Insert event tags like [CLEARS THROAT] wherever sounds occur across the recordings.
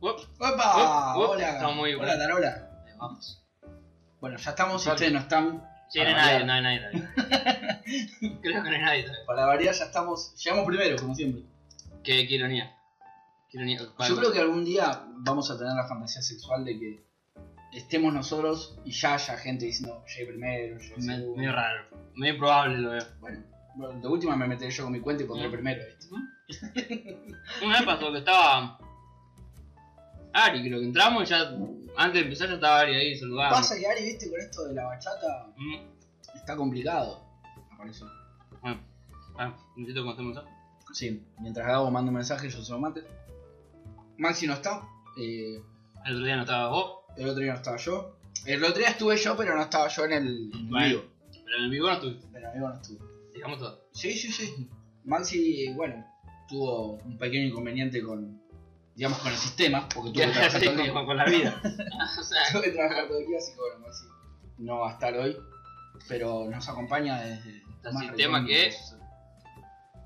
¡Opa! Up, up, hola. está muy hola, bueno. Tarola. Eh, Vamos. Bueno, ya estamos y Vale. ustedes no están. Sí, no hay Para nadie, no variar. hay nadie todavía. [LAUGHS] Creo que no hay nadie todavía. Para variar, ya estamos. Llegamos primero, como siempre. Qué, qué ironía. Qué ironía. Yo creo que algún día vamos a tener la fantasía sexual de que estemos nosotros y ya haya gente diciendo llegué primero, llegué Me- segundo. medio raro. Medio improbable lo veo. Bueno, bueno, de última me meteré yo con mi cuenta y pondré Mm. primero. ¿viste? Una vez pasó que estaba. Ari, creo que entramos y ya. Antes de empezar ya estaba Ari ahí saludando. Pasa que Ari, viste, con esto de la bachata Mm, está complicado. Aparece. Bueno, ah, necesito que contemos eso. Sí, mientras Gabo manda un mensaje, yo se lo mate. Maxi no está. eh, El otro día no estaba vos, el otro día no estaba yo. El otro día estuve yo, pero no estaba yo en el en Bueno. vivo. pero en el vivo no estuviste. Pero amigo no estuvo. Digamos todo. Sí, sí, sí. Maxi, bueno, tuvo un pequeño inconveniente con, digamos, con el sistema, [LAUGHS] porque [LAUGHS] tuvo que trabajar Sí, todo el día. con, con la [LAUGHS] vida. o sea, Tuvo que trabajar todo el día, así que bueno, Maxi no va a estar hoy, pero nos acompaña desde... Este más sistema recóndito. que es-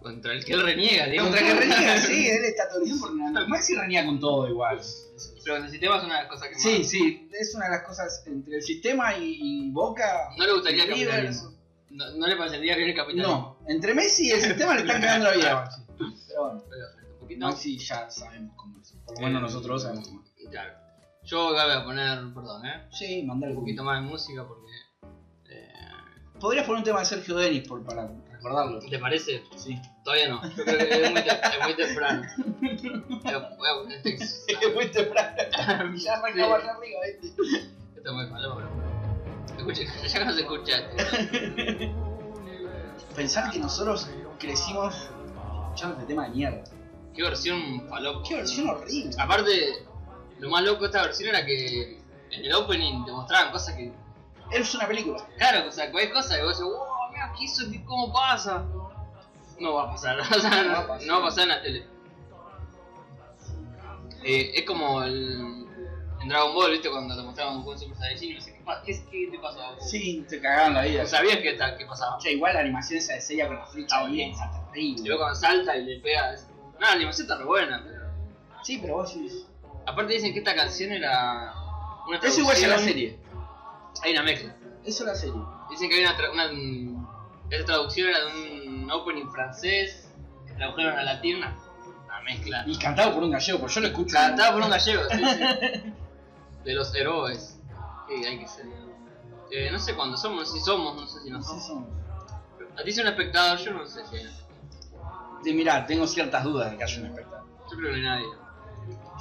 contra el que él reniega, digamos. [LAUGHS] Contra que reniega, sí, él está todo bien por nada. Maxi reniega con todo igual. [LAUGHS] Pero el sistema es una de las cosas que más- Sí, sí, es una de las cosas entre el sistema y, y Boca... No le gustaría River, capitalismo. No, no le parecería bien el capitalismo. No, entre Messi y el sistema le están quedando la vida a [LAUGHS] Maxi. Pero bueno, Pero, porque no- Maxi ya sabemos cómo es. Por lo menos Eh, nosotros sabemos cómo es. Claro. Yo acá voy a poner, perdón, ¿eh? Sí, mandar Un poquito más de música porque. eh, Podrías poner un tema de Sergio Denis por, para recordarlo. ¿Te parece? Sí. Todavía no. Yo creo que es muy, te- es muy temprano. Pero Voy a poner este. [LAUGHS] [LAUGHS] Es muy temprano. Ya arrancaba allá arriba, este. ¿viste? Esto es muy malo, pero. Escucha, ya no se escucha. este. Pensar que nosotros crecimos escuchando este tema de mierda. Qué versión falopa. Qué versión horrible. Aparte, lo más loco de esta versión era que en el opening te mostraban cosas que. Es una película. Claro, o sea, cualquier cosa, y vos decís, wow, mira, ¿qué hizo? ¿Qué- ¿Cómo pasa? No va a pasar, [LAUGHS] o sea, no, va a pasar. no va a pasar en la tele. Eh, es como el, en Dragon Ball, ¿viste? Cuando te mostraban un Super Saiyajin, y decís, ¿qué, pa- qué, qué te pasó? Sí, te cagaban la vida. ¿Sabías que, ta- que pasaba? Che, igual la animación esa de Seiya con la flecha Ah, bien, está Y luego terrible. cuando salta y le pega. es- No, la animación está re buena, pero. Sí, pero vos sí. Aparte dicen que esta canción era. Una Eso igual ya la traducción- serie. Hay una mezcla. Eso es la serie. Dicen que había una, tra- una- esa traducción era de un opening francés, que tradujeron a latín, una, una mezcla. Y cantado por un gallego, porque yo lo escucho. Cantada por un gallego, sí, sí. De los héroes. Que hay que ser. Eh, no sé cuándo somos, si somos, no sé si no No sé somos. si son- A ti soy un espectador, yo no sé si hay- Sí, mirá, tengo ciertas dudas de que haya un espectáculo. Yo creo que no hay nadie.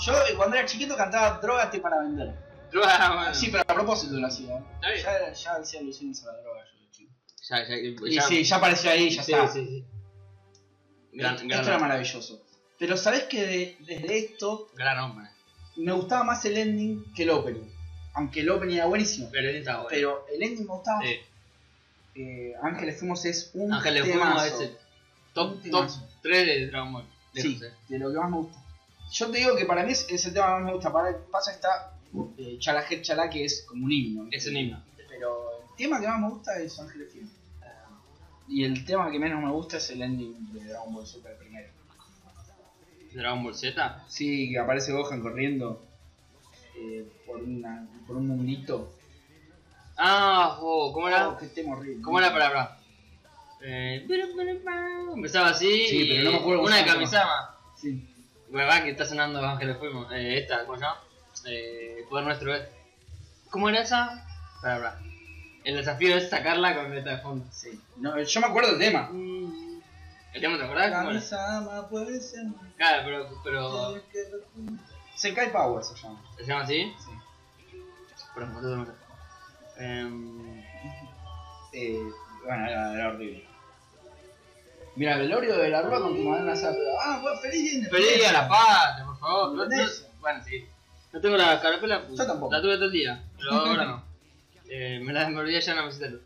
Yo eh, cuando era chiquito cantaba Drogate para vender. Droga, ah, bueno. Ah, Sí, pero a propósito lo hacía. Está bien. Ya, ya hacía alusiones a la droga yo de chico. Ya, ya, Y ya- sí, ya apareció ahí, ya sí, está. sí, Eh, sí. Gran, esto gran, era maravilloso. Pero sabés que de- desde esto gran hombre. me gustaba más el ending que el opening. Aunque el opening era buenísimo. Pero él está bueno. Pero el ending me gustaba. Sí. Eh, Ángeles Fuimos es un Ángeles Fuimos temazo. es el top, Un top temazo. 3 de Dragon Ball. De Sí, esos, eh. de lo que más me gusta. Yo te digo que para mí es, es el tema que más me gusta. Para, pasa está eh, Chalá, Jet Chalá, que es como un himno. Es un himno. Pero el tema que más me gusta es Ángeles Fiel. Y el tema que menos me gusta es el ending de Dragon Ball Super primero. Dragon Ball Z. Sí, que aparece Gohan corriendo eh, por, una, por un mundito. Ah, oh, ¿cómo era? Oh, qué tema horrible. ¿Cómo era la palabra? Eh, bru, bru, bru. empezaba así. Sí, pero no me acuerdo y cómo Una se de llama. Kamisama. Sí. ¿Verdad que está sonando Ángeles Fuimos? Eh, esta, ¿cómo se llama? Eh, el poder nuestro es. ¿Cómo era esa? Palabra. El desafío es sacarla con esta de fondo. sí. No, yo me acuerdo del tema. Mm. ¿El tema te acordás? ¿Cómo era? Kami-sama puede ser Claro, pero, pero. Sekai Power se llama. ¿Se llama así? Sí. Pero no no sé. Em, Eh, bueno, era, era horrible. Mira, el velorio de la rueda con tu madre en la sala. Ah, bueno, feliz día. Feliz día de la patria, por favor. No, no- Independencia. bueno, sí. No tengo la carapela, pues, Yo tampoco. la tuve todo el día, [LAUGHS] pero ahora no. Eh, me la me olvidé ya en la mesita de luz.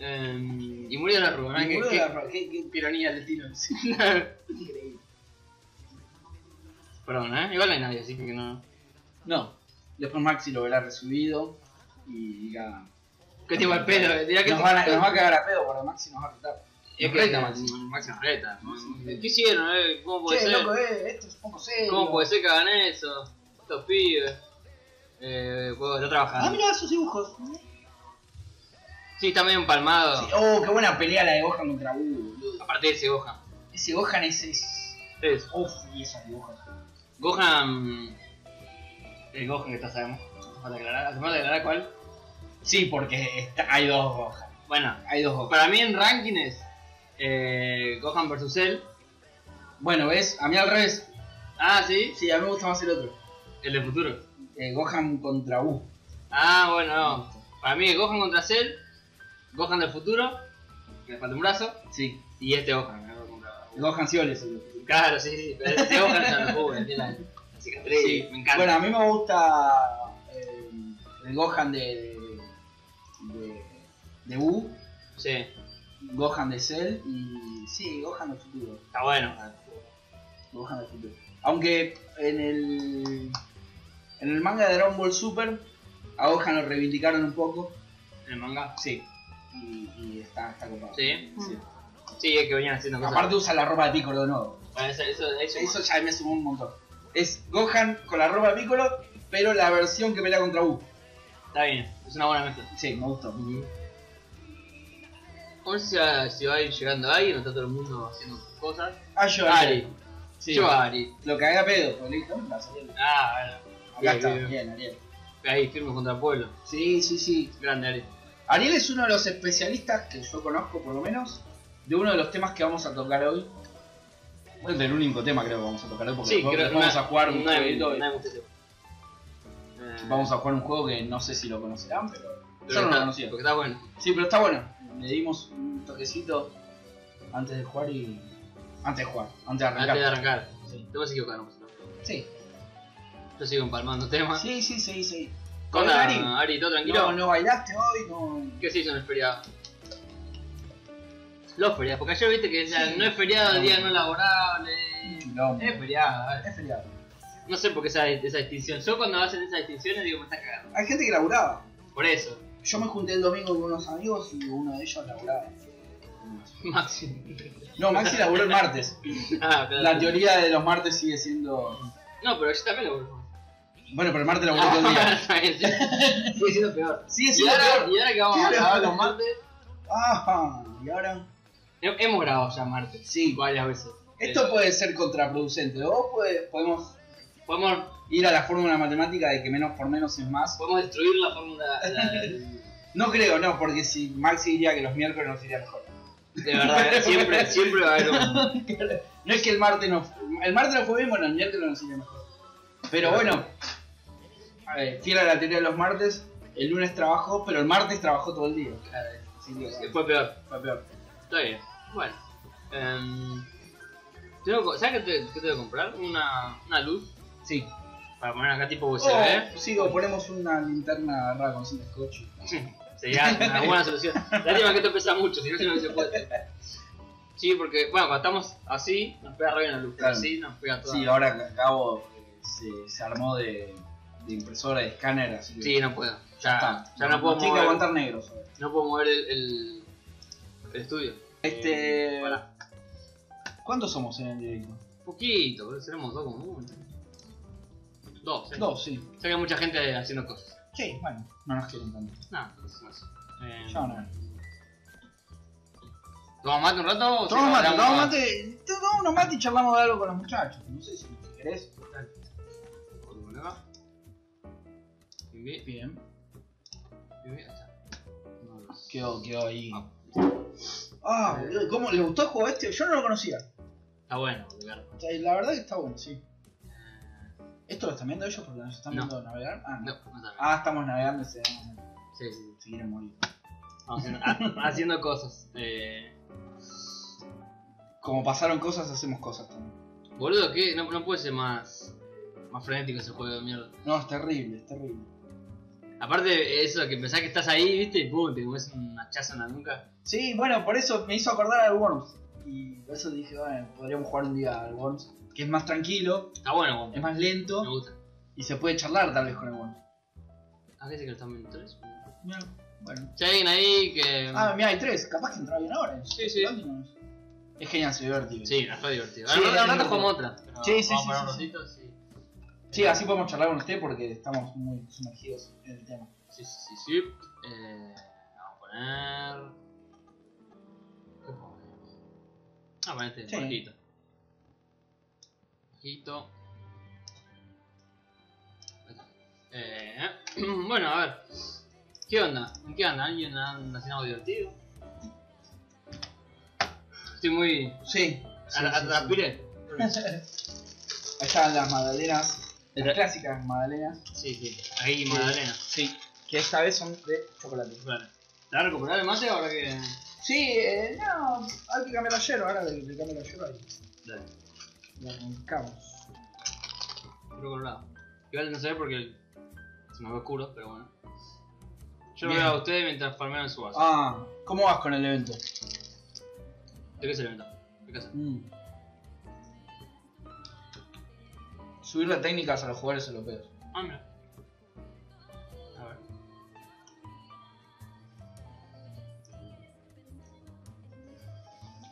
Eh, y murió de la ruga, ¿no? Y Qué- murió de qué- la ruga, qué- qué ironía del destino. Increíble. Perdón, ¿eh? Igual no hay nadie, así que no. No. Después Maxi lo verá resubido y diga. ¿Qué tipo de pedo? Dirá que Nos, van a- nos va a cagar a pedo porque Maxi nos va a retar. Es nos que reta, Maxi. Maxi. Maxi nos reta. ¿Qué hicieron, eh? ¿Cómo puede Che, ser? loco, eh, esto es un poco serio. ¿Cómo puede ser que hagan eso? estos pibes. Eh, huevo, está Ah, trabajando. mirá sus dibujos. Sí, está medio empalmado. Sí, Oh, qué buena pelea la de Gohan contra Buu, boludo. Aparte de ese Gohan. Ese Gohan es. es... Es Uf, y esos dibujos. Gohan. El Gohan que todos sabemos. Hace falta aclarar, hace falta aclarar cuál. Sí, porque está- hay dos Gohan. Bueno, Hay dos Gohan. para mí en rankings. Eh, Gohan vs. Cell. Bueno, ¿ves? A mí al revés. Ah, sí. Sí, a mí me gusta más el otro. El de futuro. Eh, Gohan contra Buu. Ah, bueno, no. Para mí es Gohan contra Cell. Gohan del futuro. Que le falta un brazo. Sí. Y este Gohan. ¿no? Contra- El Gohan Sioles es el otro. Claro, sí, sí. Pero este Gohan es el [LAUGHS] joven. Tiene la, la cicatriz. Sí. me encanta. Bueno, a mí me gusta eh, el Gohan de. de. de Buu, Sí, Gohan de Cell y. sí, Gohan del futuro. Ah, está bueno. Gohan del futuro. Aunque en el. en el manga de Dragon Ball Super, a Gohan lo reivindicaron un poco. En el manga. Sí. Y, y está, está copado. Sí. Sí, es que venían haciendo cosas. Aparte usa la ropa de Piccolo de nuevo. Bueno, eso, eso, eso, Eso ya me sumó un montón. Es Gohan con la ropa de Piccolo, pero la versión que pelea contra Buu. está bien. Es una buena mezcla. Sí, me gustó. Vamos si va, si va a ir llegando alguien, o está todo el mundo haciendo cosas. Ah, yo Ari. Sí. Yo Ari. Lo cagué a pedo, pues listo. la salí. Ah, Acá Bien, está, bien. bien, Ariel. bueno. Ahí, firme contra el pueblo. Sí, sí, sí. Grande Ari. Ariel es uno de los especialistas que yo conozco, por lo menos, de uno de los temas que vamos a tocar hoy. Bueno, del único tema creo que vamos a tocar hoy, porque Sí, vamos, creo que vamos a jugar un no hay, jueguito, no hay mucho tiempo. Eh, vamos a jugar un juego que no sé si lo conocerán, pero pero yo no lo está- conocía. Porque está bueno. Sí, pero está bueno. Le dimos un toquecito antes de jugar y. Antes de jugar, antes de arrancar. Antes de arrancar. Sí. Te vas a equivocar, no pasa nada. Sí. Yo sigo empalmando temas. sí, sí, sí, sí. ¿Cómo Hola, andás, Ari. Ari, ¿todo tranquilo? No, no bailaste hoy, no. ¿Qué se hizo en el feriado? Los feriados, porque ayer viste que decían, Sí. no es feriado, el día no laborable. No, Es feriado, a ver. es feriado. No sé por qué esa, esa distinción. Yo cuando hacen esas distinciones digo, me está cagando. Hay gente que laburaba. Por eso, [LAUGHS] Yo me junté el domingo con unos amigos y uno de ellos laburaba. máximo. No, Maxi laburó el martes. ah, claro. La teoría de los martes sigue siendo. No, pero yo también lo vuelvo. Bueno, pero el martes laburó todo [LAUGHS] el día. Sigue siendo peor. Sigue Y siendo ahora, peor. y ahora que vamos a Claro. grabar los martes, Ajá, y ahora. he- hemos grabado ya martes Sí, varias veces. esto puede ser contraproducente. O puede- podemos Eh, podemos, ir a la fórmula matemática de que menos por menos es más. podemos destruir la fórmula. la- No creo, no, porque si Maxi diría que los miércoles nos iría mejor. de verdad, ¿eh? siempre, siempre va a haber un. No es que el martes no. El martes no fue bien, bueno, el miércoles nos iría mejor. Pero bueno, a ver, fiel a la teoría de los martes, el lunes trabajó, pero el martes trabajó todo el día. Sí, digo, Fue peor. fue peor. Está bien. Bueno. em, tengo, que- ¿Sabes qué, te, qué tengo que comprar? Una, una luz Sí. para poner acá tipo USB. O, sí, o ponemos una linterna agarrada con cinta scotch. Oh. Sería una buena solución. Lástima que esto pesa mucho, si no se lo hubiese puesto. Sí, porque, bueno, cuando estamos así, nos pega re bien la luz. pero Claro. Así nos pega toda. Sí, ahora que acabo, eh, se, se armó de, de impresora, de escáner, así que. Sí, no puedo. Ya, está. ya no, puedo Tiene que mover, aguantar negros. ahora. no puedo mover el, el, el estudio. Este. Eh, pará. ¿Cuántos somos en el directo? Poquito, boludo, seremos dos como uno. Dos, sí. Dos, sí. Sé que hay mucha gente haciendo cosas. Sí, bueno, no nos quieren tanto. Nada, no, es más. Em, Yo no. ¿Tomamos mate un rato? o Tomamos si mate, hablamos tomamos más? mate, tomamos unos mate y charlamos de algo con los muchachos. No sé si querés. Otro por acá. Bien, bien, Bien. bien, bien, ahí está. Vamos. Quedó, quedó ahí. Ah. Ah, boludo, ¿cómo le gustó el juego este? Yo no lo conocía. Está bueno, Edgar. O sea, La verdad que está bueno, sí. ¿Esto lo están viendo ellos porque nos están No. viendo navegar? Ah, no. No, no está bien. Ah, estamos navegando y se, se Sí, sí, sí. quieren morir. Vamos haciendo, ha- [LAUGHS] haciendo cosas. Eh, Como pasaron cosas, hacemos cosas también. boludo, ¿qué? No, no puede ser más, más frenético ese juego de mierda. No, es terrible, es terrible. Aparte, eso, que pensás que estás ahí, viste, y pum, te comes un hachazo en la nuca. Sí, bueno, por eso me hizo acordar al Worms. Y por eso dije, bueno, podríamos jugar un día al Worms. Que es más tranquilo, Está bueno, es Juan. más Me lento gusta. y se puede charlar tal vez con el Worms. Ah, ¿qué dice que lo están viendo tres? Mira, bueno. Si hay alguien ahí que. Ah, mira, hay tres. Capaz que entraba bien ahora. Sí, sí. Continuamos. Es genial, se divertido. Sí, no fue divertido. Sí, Sí, era al rato divertido. jugamos otra. Sí, Vamos sí, sí, a parar sí, un sí. ratito, sí. Sí, así podemos charlar con usted porque estamos muy sumergidos en el tema. Sí, sí, sí, sí. Eh, vamos a poner. ¿Qué ponemos? Vamos a poner este Sí. bajito. Bajito. Eh, [CLEARS THROAT] bueno, a ver. ¿Qué onda? ¿En qué anda? ¿Alguien anda haciendo algo divertido? Estoy muy. Sí. sí, a- sí, a- sí. [LAUGHS] aspiré. Ahí están las magdalenas, las clásicas magdalenas. Sí, sí. Ahí, Magdalena. Sí. Que esta vez son de chocolate. Claro. ¿La recuperar el mate ahora que.? Sí, eh, no, hay que cambiar la hierba ahora, le, le cambio la hierba y Dale. la arrancamos. Creo colorado. Igual no sé porque se nos ve oscuro, pero bueno. Yo lo Bien. veo a ustedes mientras palmean su vaso. Ah, ¿cómo vas con el evento? ¿De qué se levanta? ¿De qué hace? Mm. Subirle técnicas a los jugadores europeos. Ah, mira. A ver.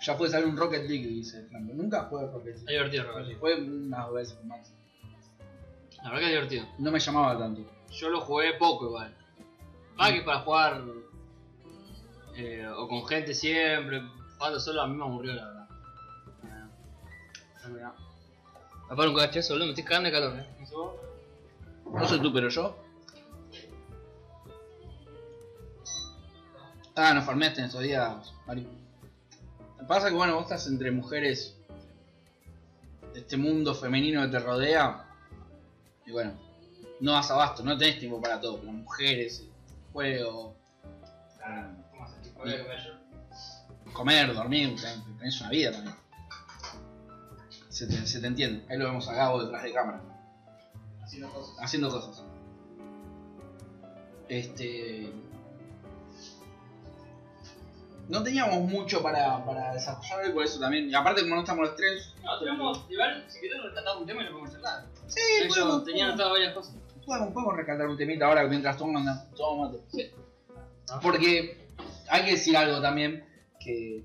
Ya puede salir un Rocket League, dice Fernando. Nunca jugué a Rocket Es League. divertido, Rogelio. Jugué unas veces con Max. La verdad que es divertido. No me llamaba tanto. Yo lo jugué poco igual. Para que para jugar. eh, o con gente siempre. Jugando solo a mí me aburrió, la verdad. Eh, no, mira. Aparte un cachazo, boludo, me estoy cagando de calor, eh. ¿Y vos? No sé tú, pero yo. Ah, no farmeaste en estos días, Mario. Pasa que bueno, vos estás entre mujeres de este mundo femenino que te rodea. Y bueno, no das abasto, no tenés tiempo para todo. Las mujeres, el juego, ¿Cómo haces? ¿Cómo haces? comer, dormir, ten- tenés una vida también. Se te, se te entiende. Ahí lo vemos a Gabo detrás de cámara. Haciendo cosas. haciendo cosas. Este. No teníamos mucho para, para desarrollar y por eso también. Y aparte, como no estamos los tres. No, tenemos, igual, si querés rescatar un tema y lo podemos charlar. Sí, Yo tenía anotado varias cosas. podemos, podemos rescatar un temita ahora mientras toman, toman mate. Ah. Sí. Porque hay que decir algo también que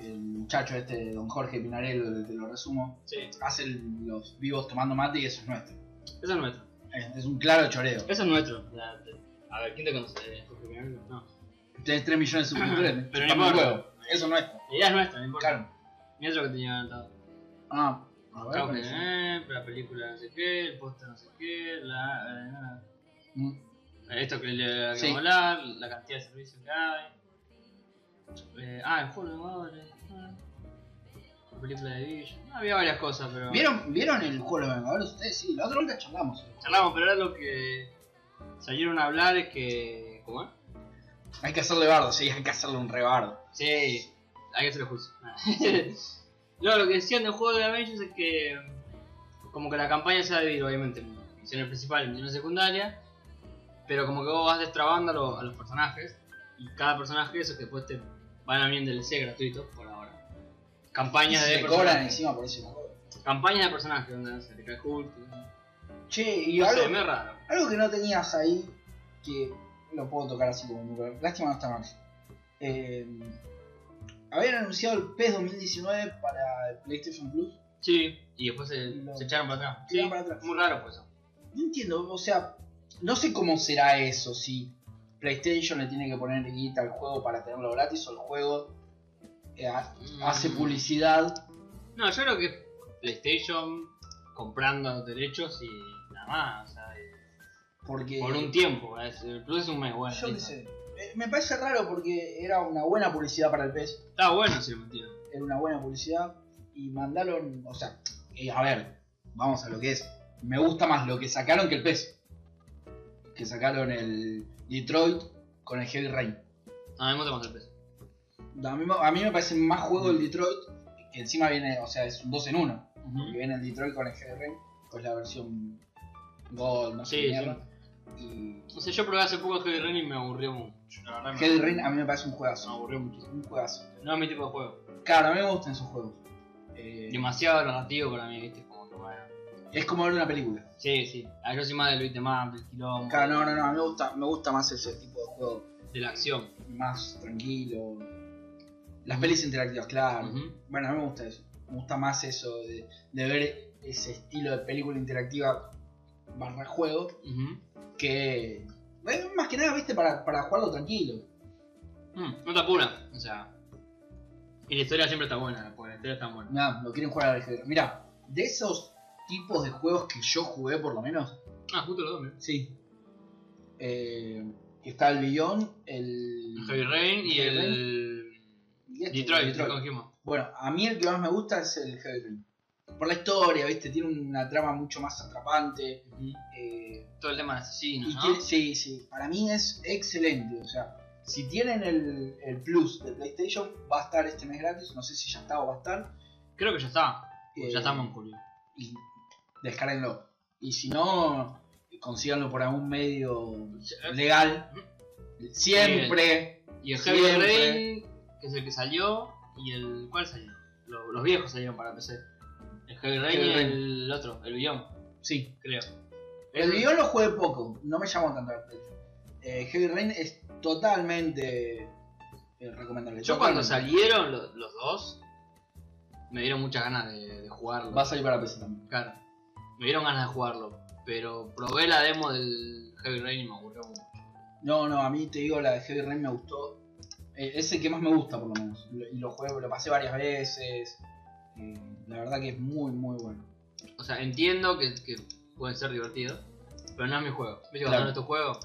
el muchacho este, don Jorge Pinarello, te lo resumo, Sí. hace el- los vivos tomando mate y eso es nuestro. Eso es nuestro. Es, es un claro choreo. Eso es nuestro. La- te- a ver, ¿quién te conoce? Jorge Pinarello? No. Tenés 3 millones de suscriptores. Pero chupame no un importa. huevo. Eso es nuestro. La idea es nuestra, no importa. Claro. Mira lo que tenía anotado. Ah, a ver. Cauca, con eso. eh, la película no sé qué, el póster no sé qué, la, Mm. eh, esto que le acabo Sí. de hablar, la cantidad de servicios que hay. Eh, ah, el juego de jugadores. ah, La película de Villa. Ah, había varias cosas, pero. ¿Vieron, ¿Vieron el juego de los Vengadores? Ustedes sí, la otra nunca charlamos. Charlamos, pero ahora lo que salieron a hablar es que. ¿Cómo es? Hay que hacerle bardo, sí, hay que hacerle un rebardo. Sí, hay que hacerlo justo. [LAUGHS] no, lo que decían del juego de Avengers es que. mm, Como que la campaña se va a dividir, obviamente, en misiones principales y misiones secundarias. Pero como que vos vas destrabando a, lo- a los personajes. Y cada personaje, eso que después te van a venir en DLC gratuito por ahora. Campañas de Se cobran personajes. encima por ese juego. Campañas de personajes, donde se te cae Hulk. No Che, y sé, es algo, medio raro. algo que no tenías ahí, que lo puedo tocar así como muy breve. Lástima no está más. Eh, habían anunciado el E PES 2019 para el PlayStation Plus. Sí, y después se, Lo- se echaron para atrás. tiraron Sí, para atrás. muy raro pues eso. No entiendo, o sea, no sé cómo será eso, si PlayStation le tiene que poner guita al juego para tenerlo gratis o el juego eh, ha- hace Mm. publicidad No, yo creo que PlayStation comprando los derechos y nada más, o sea, y porque por un tiempo, ¿eh? el Plus es un mes, bueno. yo qué listo. sé Eh, me parece raro porque era una buena publicidad para el PES Estaba bueno si lo metieron. era una buena publicidad y mandaron o sea eh, a ver vamos a lo que es me gusta más lo que sacaron que el PES que sacaron el Detroit con el Heavy Rain No, me gusta más el peso. a mí, me- a mí me parece más juego el Detroit que encima viene o sea es un 2 en 1 porque viene el Detroit con el Heavy Rain pues la versión Gold no sé Sí, qué sí. mierda y O sea, yo probé hace poco Heavy Rain y me aburrió mucho. La verdad, me- Heavy Rain a mí me parece un me juegazo aburrió mucho. un juegazo No es mi tipo de juego. Claro, a mí me gustan esos juegos. Eh, Demasiado narrativo para mí, viste, como que bueno. es como ver una película. Sí, sí. Ah, yo soy más del beat'em up, del quilombo, Claro, no, no, no, a mí me gusta, me gusta más ese tipo de juego. de la acción. Más tranquilo. Las pelis interactivas, claro. Ujú. Bueno, a mí me gusta eso. Me gusta más eso de, de ver ese estilo de película interactiva barra juego Ujú. que eh, más que nada, viste, para, para jugarlo tranquilo. Mm, no te apura, o sea. Y la historia siempre está buena, porque la historia está buena. Nada, lo quieren jugar al ajedrez. Mira, de esos tipos de juegos que yo jugué por lo menos, Ah, justo los dos, mira. sí. Eh, está el Beyond, el El Heavy Rain y Heavy el. y este, Detroit, el con Human. Bueno, a mí el que más me gusta es el Heavy Rain. Por la historia, viste, tiene una trama mucho más atrapante. eh, Todo el tema de asesinos, y ¿no? tiene- sí, sí, para mí es excelente. O sea, si tienen el, el Plus de PlayStation, va a estar este mes gratis. No sé si ya está o va a estar. Creo que ya está. porque Eh, Pues Ya estamos en julio. Y descárguenlo. Y si no, consíganlo por algún medio legal. Siempre. Y el Heavy siempre. Rain, que es el que salió, y el. ¿Cuál salió? Lo- Los, viejos salieron para PC. El Heavy Rain Heavy y Rain. el otro, el Beyond, Sí. creo. El video lo jugué poco. No me llamó tanto la atención. Eh, Heavy Rain es totalmente eh, recomendable. Yo cuando Totalmente. salieron lo- los, dos, me dieron muchas ganas de, de jugarlo. Va a salir para PC también. Claro. Me dieron ganas de jugarlo. Pero probé la demo del Heavy Rain y me aburrió mucho. No, no, a mí te digo, la de Heavy Rain me gustó. Eh, es el que más me gusta, por lo menos. Lo- Y lo jugué, lo pasé varias veces. Eh, la verdad que es muy, muy bueno. O sea, entiendo que, que pueden ser divertidos, pero no es mi juego. ¿Viste cuando Claro. no es tu juego?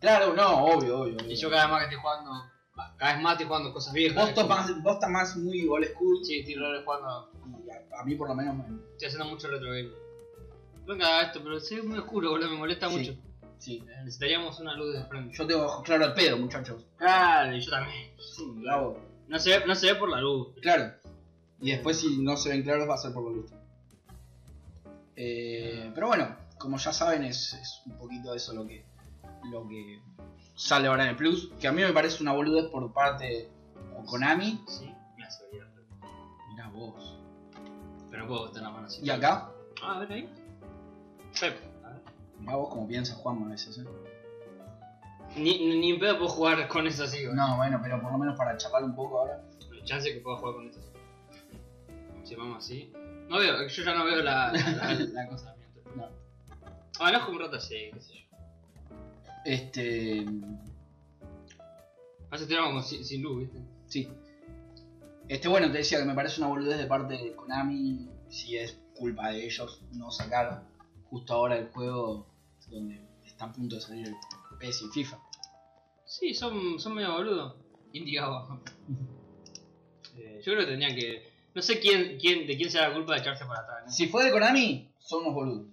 Claro, no, obvio, obvio. obvio. Y yo cada vez más que estoy jugando, va, cada vez más estoy jugando cosas viejas. Vos estás más, vos estás más muy old school. Sí, estoy re- jugando, y a, a mí, por lo menos, me- estoy haciendo mucho retro gaming. Venga, esto, pero sí es muy oscuro, boludo, me molesta Sí. mucho. sí. Eh, Necesitaríamos una luz de frente. Yo tengo ojos claro al pedo, muchachos. Claro, y yo también. Bravo. No se, ve- no se ve por la luz. Claro. Y después si no se ven claros va a ser por lo visto. Eh, pero bueno, como ya saben es, es un poquito eso lo que, lo que sale ahora en el Plus. Que a mí me parece una boludez por parte de Konami. Sí, me hace olvidar. Mirá vos. Pero no puedo tener la mano así. Y acá, Ah, a ver ahí. Pepe. a ver. mirá vos como piensa Juan a veces. ¿eh? Ni, ni, ni en pedo puedo jugar con eso así, boludo. No, bueno, pero por lo menos para charlar un poco ahora. No hay chance que pueda jugar con esto. Si vamos así. No veo, yo ya no veo la, la, la- la cosa. mientras- No. Ah, lo juego un rato así, qué sé yo. Este... Hace tiempo como sin, sin luz, ¿viste? Sí. Este, bueno, te decía que me parece una boludez de parte de Konami, si es culpa de ellos no sacar justo ahora el juego donde está a punto de salir el PES y FIFA. Sí, son, son medio boludos. Indigado. Eh, yo creo que tenía que. No sé quién, quién, de quién será la culpa de echarse para atrás. ¿no? Si fue de Konami, son unos boludos.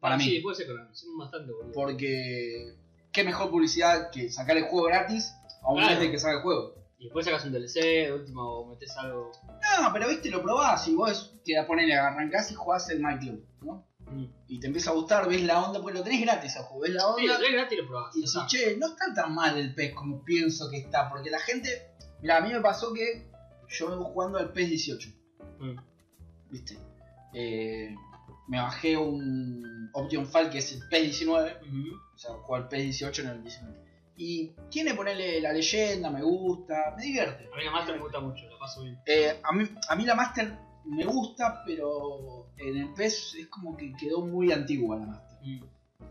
para Ah, mí. Sí, puede ser con Son bastante boludos. Porque qué mejor publicidad que sacar el juego gratis a un Claro. mes de que salga el juego. Y después sacas un DLC, de último, o metes algo. No, pero viste, lo probás y vos te la ponele, arrancás y jugás el My Club, ¿no? Mm. Y te empieza a gustar, ves la onda, pues lo tenés gratis al juego, ves la Sí, onda. lo traes gratis y lo probás. Y ya está. decís, che, no está tan mal el PES como pienso que está, porque la gente. Mira, a mí me pasó que yo vengo jugando al PES 18, Mm. ¿viste? Eh, me bajé un Option Fall que es el PES 19, Ujú. o sea, juego al PES 18 en el 19. Y tiene ponerle la leyenda, me gusta, me divierte. A mí la Master me gusta mucho, la paso bien. Eh, a, mí, a mí la Master me gusta, pero en el PES es como que quedó muy antigua la Master.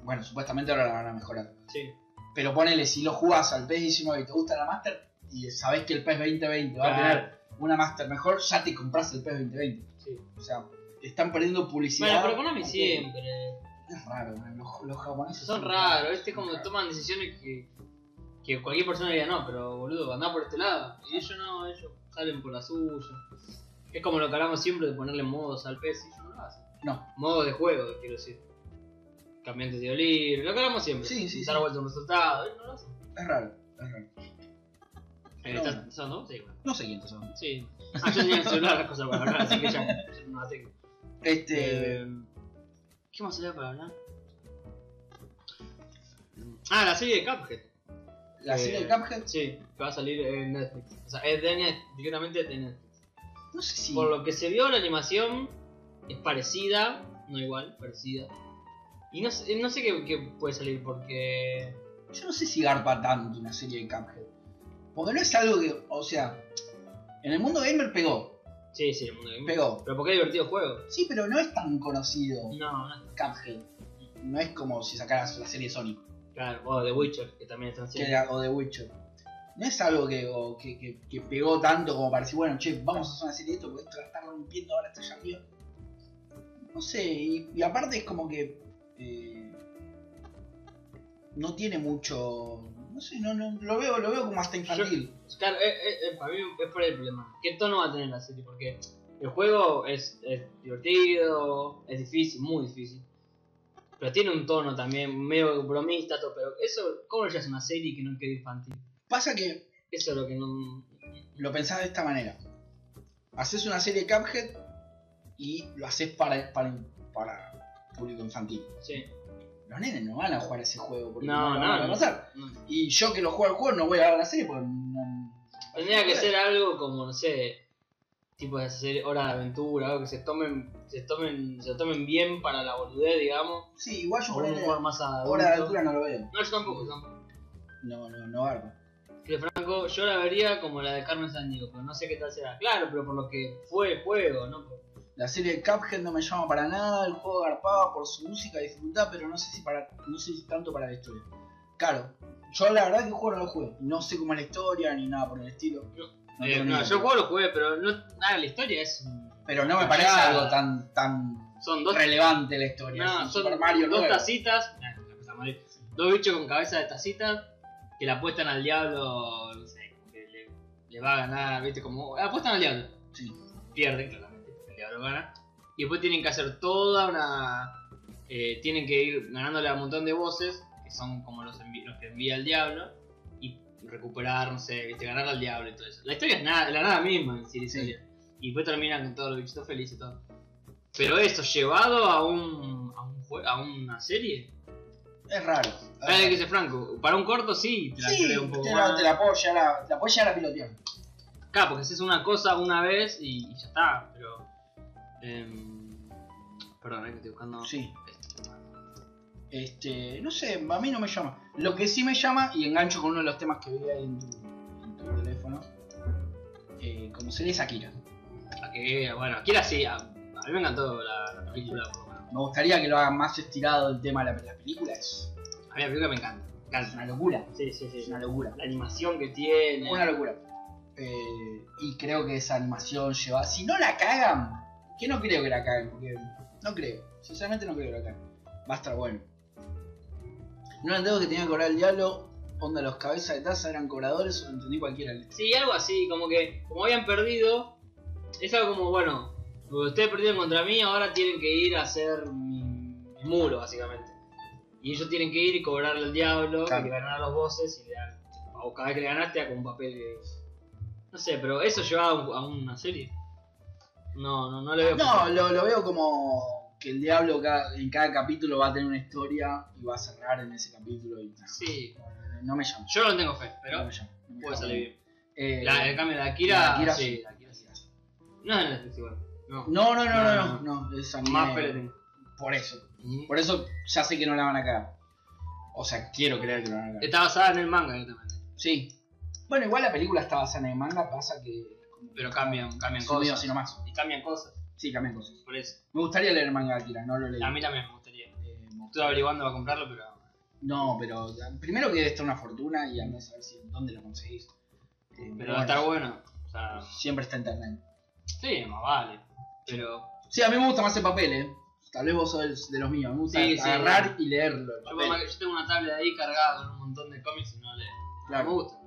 Bueno, supuestamente ahora la van a mejorar. Sí. Pero ponele, si lo jugás al PES 19 y te gusta la Master, y sabés que el PES 2020 va a tener una Master mejor, ya te compras el PES 2020. Sí. O sea, están perdiendo publicidad. Bueno, pero Konami Ok. siempre. Es raro, man, los, los japoneses Son raros, este es son como raros. toman decisiones que, que cualquier persona diría, no, pero boludo, andá por este lado. Y ellos no, ellos salen por la suya. Es como lo que hablamos siempre de ponerle modos al PS y ellos no lo hacen. No. Modos de juego, quiero decir. Cambiantes de olivo, lo que hablamos siempre. Sí, sí, Dar sí. vuelta un resultado, ellos no lo hacen. Es raro, es raro. Pero No. estás- ¿Son dos? Sí, bueno. No sé quiénes son. Sí. Ah, yo tenía el celular las cosas para hablar, así que [LAUGHS] ya, ya no la tengo. Este. Eh, ¿Qué más había para hablar? Ah, la serie de Cuphead. la eh, serie de Cuphead, Sí, que va a salir en Netflix. O sea, es de Net, directamente de Netflix. no sé si. Por lo que se vio, la animación es parecida, no igual, parecida. Y no, sé- no sé qué, qué puede salir porque. Yo no sé si garpa tanto una serie de Cuphead. Porque no es algo que. O sea. En el mundo gamer pegó. Sí, sí, el mundo de Pegó. Pero porque es divertido el juego. Sí, pero no es tan conocido No, no. Cuphead. no es como si sacaras la serie Sonic Claro, o The Witcher, que también están que haciendo. era- o The Witcher. No es algo que, o que, que- que pegó tanto como para decir, bueno, che, vamos a hacer una serie de esto porque esto la está rompiendo ahora, está ya arriba. No sé, y, y aparte es como que. eh, no tiene mucho. No sé, no, no, lo veo, lo veo como hasta infantil. Claro, eh, eh, eh, para mí es por el problema. ¿Qué tono va a tener la serie? Porque el juego es, es divertido, es difícil, muy difícil. Pero tiene un tono también medio bromista, todo, pero eso, ¿cómo ya es una serie que no quede infantil? Pasa que Eso es lo que no... lo pensás de esta manera. Haces una serie Cuphead y lo haces para, para, para público infantil. Sí. Los nenes no van a jugar ese juego porque No, no, no, lo van a no. conocer. no. Y yo que lo juego al juego no voy a ver la serie porque. no- Tendría que ser algo como, no sé, tipo de hacer hora de aventura, algo que se tomen, se tomen, se lo tomen bien para la boludez, digamos. Sí, igual yo O un ponele humor más adulto. Hora de aventura no lo veo. No, yo tampoco, yo tampoco. No, no, no barba. Que Franco, yo la vería como la de Carmen Sandiego, pero no sé qué tal será. Claro, pero por lo que fue el juego, ¿no? La serie de Cuphead no me llama para nada, el juego garpaba por su música y dificultad, pero no sé si para no sé si tanto para la historia. Claro, yo la verdad que el juego no lo jugué, no sé cómo es la historia ni nada por el estilo. No. No Eh, tengo ni no, idea. yo el juego lo jugué, pero no, nada, la historia es... un- Pero no me parece Ya. algo tan tan Son dos, relevante la historia. no, es un son Super Mario dos nuevo. tacitas, ah, la puta madre, dos bichos con cabeza de tacita que la apuestan al diablo, no sé, que le, le va a ganar, viste, como... La apuestan al diablo. Sí. pierden, claramente, el diablo gana. Y después tienen que hacer toda una. eh, tienen que ir ganándole a un montón de voces, que son como los, envi- los que envía el diablo, y recuperar, no sé, viste, ganar al diablo y todo eso. La historia es nada, la nada misma en sí, la Sí. historia. Y después terminan con todos los bichitos felices y todo. Pero eso, llevado a un. a, un jue- a una serie. Es raro. Para que dice Franco, para un corto sí, te la Sí, creo un poco te más. la, te la puedo llegar a, te la puedo llegar a pilotear. Claro, porque haces una cosa una vez y, y ya está, pero. em, perdón, eh, que estoy buscando. Sí. Este, no sé, a mí no me llama. Lo que sí me llama, y engancho con uno de los temas que vi ahí en tu, en tu teléfono, eh, como sería Akira. A que, bueno, Akira sí, a, a mí me encantó la, la película. por lo menos. Me gustaría que lo hagan más estirado el tema de la, la película, es, A mí la película me encanta. me es una encanta. locura, Sí, sí, es una locura, La animación que tiene. una locura. Eh, y creo que esa animación lleva... Si no la cagan, que no creo que la caguen, porque no creo, sinceramente no creo que la caguen. Va a estar bueno. No entendí que tenía que cobrar el diablo, onda los cabezas de taza eran cobradores, o lo entendí cualquiera. Sí, algo así, como que, como habían perdido, es algo como, bueno, ustedes perdieron contra mí, ahora tienen que ir a hacer mi, mi muro, básicamente. Y ellos tienen que ir y cobrarle al diablo, Claro. y ganar los voces, y le dan, o cada vez que le ganaste, da como un papel de... No sé, pero eso llevaba a, un- a una serie. No, no, no le veo... No, lo, lo veo como que el diablo ca- en cada capítulo va a tener una historia y va a cerrar en ese capítulo y Sí, no me llama. yo no tengo fe, no pero me llama, no me puede llama. salir bien. Eh, La, en cambio, la de Akira... la de Akira sí, sí. la de Akira sí. No, no, no, igual. No, No, no, no, no, No, no, no, es anime. más fe le tengo. Por eso, por eso ya sé que no la van a cagar. O sea, quiero creer que no la van a cagar. Está basada en el manga, directamente. Sí. Bueno, igual la película está basada en el manga, pasa que. Pero cambian, cambian Subido cosas. así nomás. Y cambian cosas, Sí, cambian cosas. por eso. Me gustaría leer el manga de Akira, no lo leí. A mí también me gustaría. Eh, me Estuve averiguando para comprarlo, pero. No, pero primero que está una fortuna y andás a ver si dónde la conseguís. Eh, Pero va a estar bueno. O sea, Siempre está internet. sí, más vale. Pero. Sí, a mí me gusta más el papel, eh. Tal vez vos sos de los míos. Me gusta Sí, sí, agarrar y leerlo. el Yo, papel. yo tengo una tablet ahí cargada con un montón de cómics y no le. No me Claro. gusta.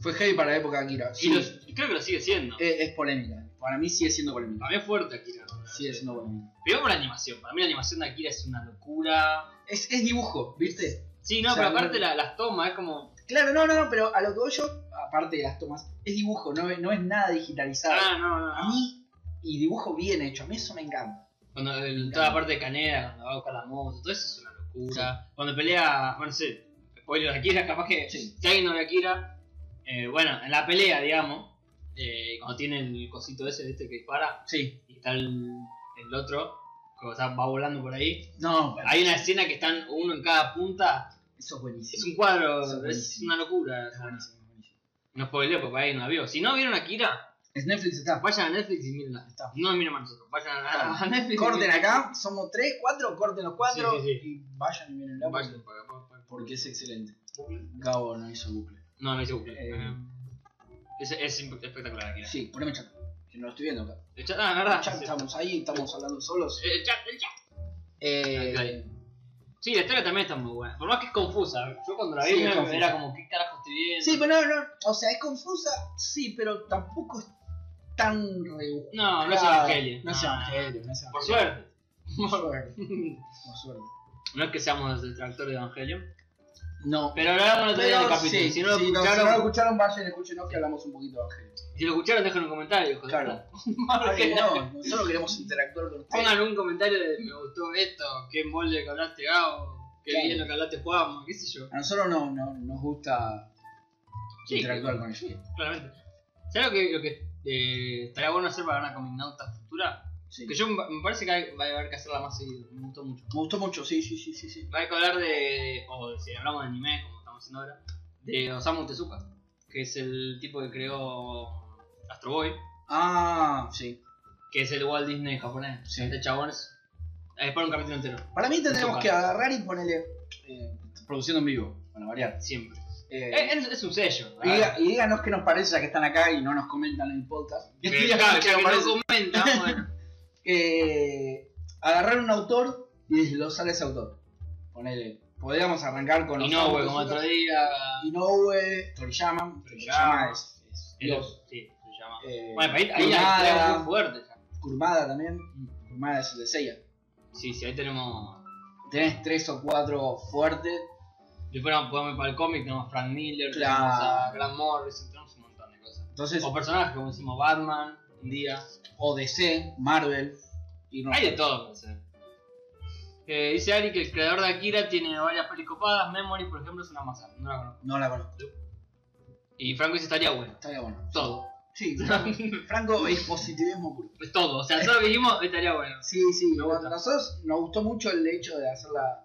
Fue heavy para la época de Akira. Y Sí, Eh. lo- es, y creo que lo sigue siendo. es polémica. Para mí sigue siendo polémica. Para mí es fuerte Akira. ¿no? Sigue siendo polémica. Pero por la animación. Para mí la animación de Akira es una locura. Es, es dibujo, ¿viste? Sí, no, O sea, pero aparte no- la- las tomas es como. Claro, no, no, no, pero a lo que voy yo, aparte de las tomas, es dibujo, no, es- no es nada digitalizado. Ah, no, A no. no. mí, y dibujo bien hecho, a mí eso me encanta. Cuando, el- toda la parte de Caneda, cuando va a buscar la moto, todo eso es una locura. Cuando pelea. Bueno, no sé. Spoiler de Akira, capaz que. Sí. Si alguien no ve Akira, eh, bueno, en la pelea, digamos, eh, cuando tiene el cosito ese, este que dispara, Sí. y está el, el otro, que está- va volando por ahí, No, hay una escena que están uno en cada punta, eso es buenísimo. es un cuadro, Eso es es buenísimo. una locura. Es buenísimo, es buenísimo. No spoileo porque ahí no la vio. Si no vieron Akira, Es Netflix está. Vayan a Netflix y mírenla. Está. No miren a nosotros. Vayan a, a [LAUGHS] Netflix. y Corten mírenla. acá, somos tres, cuatro, corten los cuatro Sí, sí, sí. y vayan y miren Vayan para acá, para- para- porque es excelente. Gabo no hizo bucle. No, no hice bucle. Eh. Ajá. Es, es imp- espectacular aquí. Sí, poneme chat. Que no lo estoy viendo acá. El chat, ah, la verdad. Chat, estamos ahí, estamos hablando solos. El chat, el chat. Eh, Acá hay. Sí, la historia también está muy buena. Por más que es confusa. Yo cuando la vi Sí, es era confusa. como, ¿qué carajo estoy viendo? sí, pero no, no. O sea, es confusa, sí, pero tampoco es tan rebuscada. No, no es Evangelio. No es evangelio, no es evangelio. Por suerte. [LAUGHS] Por suerte. Por suerte. No es que seamos detractores de Evangelio. No. Pero lo hablamos el otro día del capítulo. sí, si no lo sí, no, escucharon, si no lo escucharon, vayan, escúchenos que hablamos un poquito de evangelio. si lo escucharon, dejen un comentario. hijo de Claro. puta. [LAUGHS] Ay, Porque- no, nosotros queremos interactuar con ustedes. Pongan un comentario de me gustó esto, qué molde que hablaste Gabo, qué Claro. bien lo que hablaste Juan, qué sé yo. A nosotros no, no, nos gusta Sí. interactuar con ellos. Claramente. ¿Sabes lo que, lo que eh, estaría bueno hacer para una coming nauta futura? Sí. Que yo me me parece que hay- va a haber que hacerla más seguido, me gustó mucho. Me gustó mucho, sí, sí, sí, sí, sí. Va a haber que hablar de, o si hablamos de anime, como estamos haciendo ahora, de Osamu Tezuka, que es el tipo que creó Astro Boy, Ah, sí. que es el Walt Disney japonés. Sí. Este chabón es... Es para un capítulo entero, Para mí tendremos Ojalá. que agarrar y ponerle eh, produciendo en vivo, para variar. siempre. Eh, Es, es un sello. y, ¿verdad? [LAUGHS] diga- y díganos qué nos parece, ya que están acá y no nos comentan en el podcast. Que, Díganos claro, qué ya nos que parece. no comenta, bueno. [LAUGHS] Eh, agarrar un autor y desglosar ese autor. Ponele. Podríamos arrancar con Osamu Inoue, como Tezuka. otro día. Inoue, Toriyama. Toriyama es, es Dios. Dios. Sí, se llama. Eh, Bueno, ahí, ahí Kurumada, hay tres pues. muy fuertes. ya. Kurumada también. Kurumada es el de Seiya. Sí, sí, ahí tenemos. Tenés tres o cuatro fuertes. Después nos podemos ir para el cómic, tenemos Frank Miller, Claro. tenemos a Grant Morrison, tenemos un montón de cosas. Entonces, O personajes, como decimos Batman, un día. o DC, Marvel. Y no- Hay de todo, no sé. Eh, dice Ari que el creador de Akira tiene varias pelicopadas. Memory, por ejemplo, es una masa. No la conozco. No la conozco. Y Franco dice: estaría bueno. Estaría bueno. Todo. [LAUGHS] Sí, Franco, Franco es positivismo puro. Es todo. O sea, todo lo que dijimos estaría bueno. Sí, sí. Me gusta. Nosotros nos gustó mucho el hecho de hacerla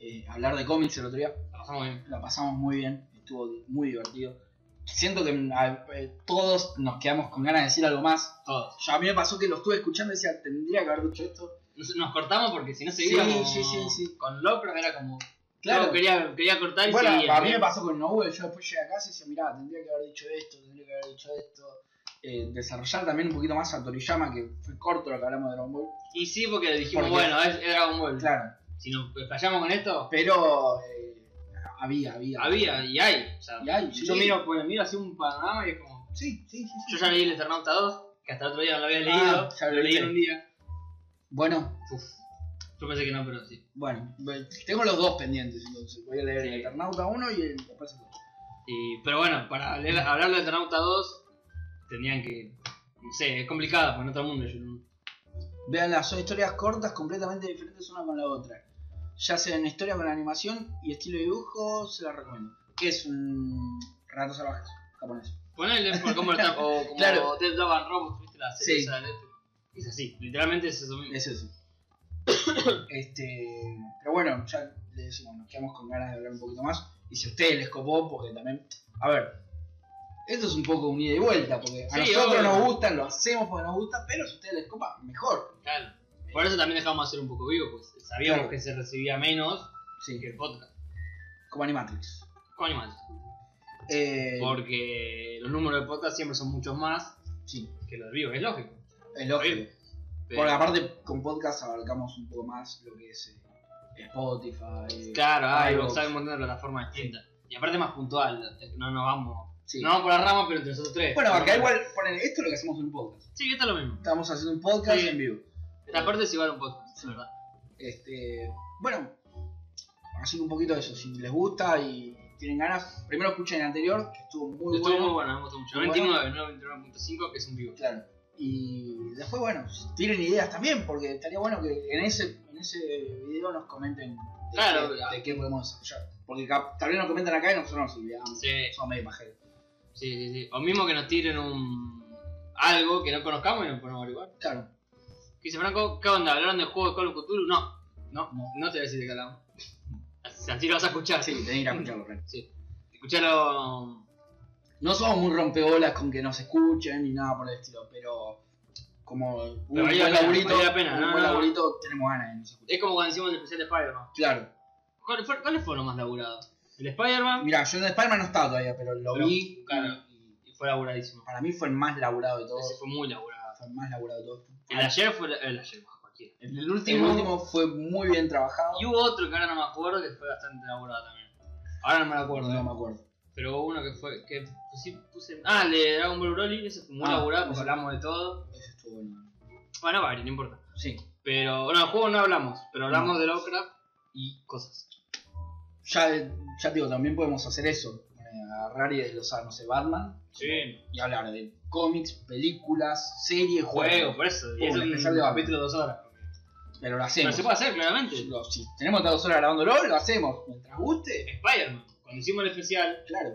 eh, hablar de cómics el otro día. La pasamos bien. La pasamos muy bien. Estuvo di- muy divertido. Siento que mm, a- eh, todos nos quedamos con ganas de decir algo más. Todos. Ya a mí me pasó que lo estuve escuchando y decía, tendría que haber dicho esto. Nos, nos cortamos porque si no Sí, seguíamos sí, sí, sí. con Locro era como. Claro. Claro, quería, quería cortar y Bueno, seguía. ¿eh? a mí me pasó con Novel, yo después llegué a casa y decía, mirá, tendría que haber dicho esto, tendría que haber dicho esto. Eh, desarrollar también un poquito más a Toriyama, que fue corto lo que hablamos de Dragon Ball. Y sí, porque dijimos, Porque- bueno, es, es Dragon Ball. Claro, Si nos fallamos con esto, pero eh, había, había. había y hay. O sea, Y hay, yo sí. miro, pues, miro así un panorama y es como. Sí, sí, sí. sí. Yo ya leí el Eternauta 2, que hasta el otro día no lo había Ah, leído. ya lo lo leí leíste. en un día. Bueno, Uf. Yo pensé que no, pero sí. bueno, bueno, tengo los dos pendientes entonces. Voy a leer el Sí. Eternauta 1 y el después el otro. Y- pero bueno, para leer- hablar del Eternauta 2, tenían que. No sé, es complicado, porque en otro mundo yo no- Veanlas, son historias cortas, completamente diferentes una con la otra. Ya sean historias con animación y estilo de dibujo, se las recomiendo. Que es un rato salvajes japonés. Ponele por cómo está, o como [LAUGHS] Claro. Dead Love and Robots, viste la serie Sí. esa de Netflix. Es así, literalmente es eso mismo. Es eso. [COUGHS] este, pero bueno, ya les decimos, nos quedamos con ganas de hablar un poquito más. Y si a ustedes les copó, porque también. A ver, esto es un poco un ida y vuelta, porque a Sí, nosotros obvio. nos gustan, lo hacemos porque nos gusta, pero si a ustedes les copa, mejor. Claro. Por eso también dejamos hacer un poco vivo, pues sabíamos Claro. que se recibía menos Sí, que el podcast. como Animatrix. Con animales. Eh, Porque los números de podcast siempre son muchos más Sí, que los de vivo, es lógico. es lógico. Bien. Pero- Porque aparte, con podcast abarcamos un poco más lo que es eh, Spotify. eh, Claro, hay iVoox. hay un montón de plataformas distintas. Y aparte más puntual, no nos vamos. Sí. No vamos por la rama, pero entre nosotros tres. Bueno, acá No, igual, ponen, esto es lo que hacemos en un podcast. Sí, esto es lo mismo. Estamos haciendo un podcast Sí. en vivo. Esta parte es igual a un podcast, Sí. la verdad. Este, bueno, así que un poquito de eso. Si les gusta y tienen ganas, primero escuchen el anterior, que estuvo muy Estuvo bueno. muy bueno, me gustó mucho. Muy 99, 99.5, que es un vivo. Claro. Y después, bueno, tienen ideas también, porque estaría bueno que en ese, en ese video nos comenten de, Claro, qué, claro. de qué podemos desarrollar. Porque cap- tal vez nos comentan acá y nosotros nos olvidamos. Sí. Somos medio pajeros. Sí, sí, sí. O mismo que nos tiren un algo que no conozcamos y nos ponemos a averiguar. Claro. ¿Qué dice Franco? ¿Qué onda? ¿Hablaron del juego de Call of Cthulhu? No, no, No. no te voy a decir de qué hablamos. [LAUGHS] Así así lo vas a escuchar. Sí, tenés que ir a escucharlo, Ren. Escuchalo No somos muy rompebolas con que nos escuchen ni nada por el estilo, pero como un Pero buen valía la pena, laburito, valía la pena, un no, buen no. laburito tenemos ganas de que nos escuchen. Es como cuando hicimos el especial de Spider-Man. Claro. ¿Cuál fue- ¿Cuáles fueron los más laburados? El Spider-Man Mirá, yo en Spider-Man no estaba todavía, pero lo Pero, vi. claro, y, y fue laburadísimo. Para mí fue el más laburado de Ese todos. fue muy laburado. Fue el más laburado de todos. El ayer fue la- el ayer, cualquiera. El, último, el fue muy bien trabajado. Y hubo otro que ahora no me acuerdo que fue bastante laburado también. Ahora no me lo acuerdo. No eh. me acuerdo. Pero hubo uno que fue. que puse, puse- ah, el de Dragon Ball Broly, ese fue muy Ah, laburado porque ese. hablamos de todo. Ese estuvo bueno. Bueno, vale, no importa. Sí. Pero. No, el juego no hablamos, pero hablamos No. de Lovecraft y cosas. Ya, ya te digo, también podemos hacer eso. eh, Agarrar y desglosar, no sé, Batman. Sí, Y hablar de cómics, películas, series, juego, juegos. por eso. Hubo Y es un un especial de Batman. capítulo de dos horas. Pero lo Pero hacemos. se puede hacer, claramente. Lo- si tenemos dos horas grabándolo, lo hacemos. Mientras guste. Spider-Man, cuando hicimos el especial, Claro.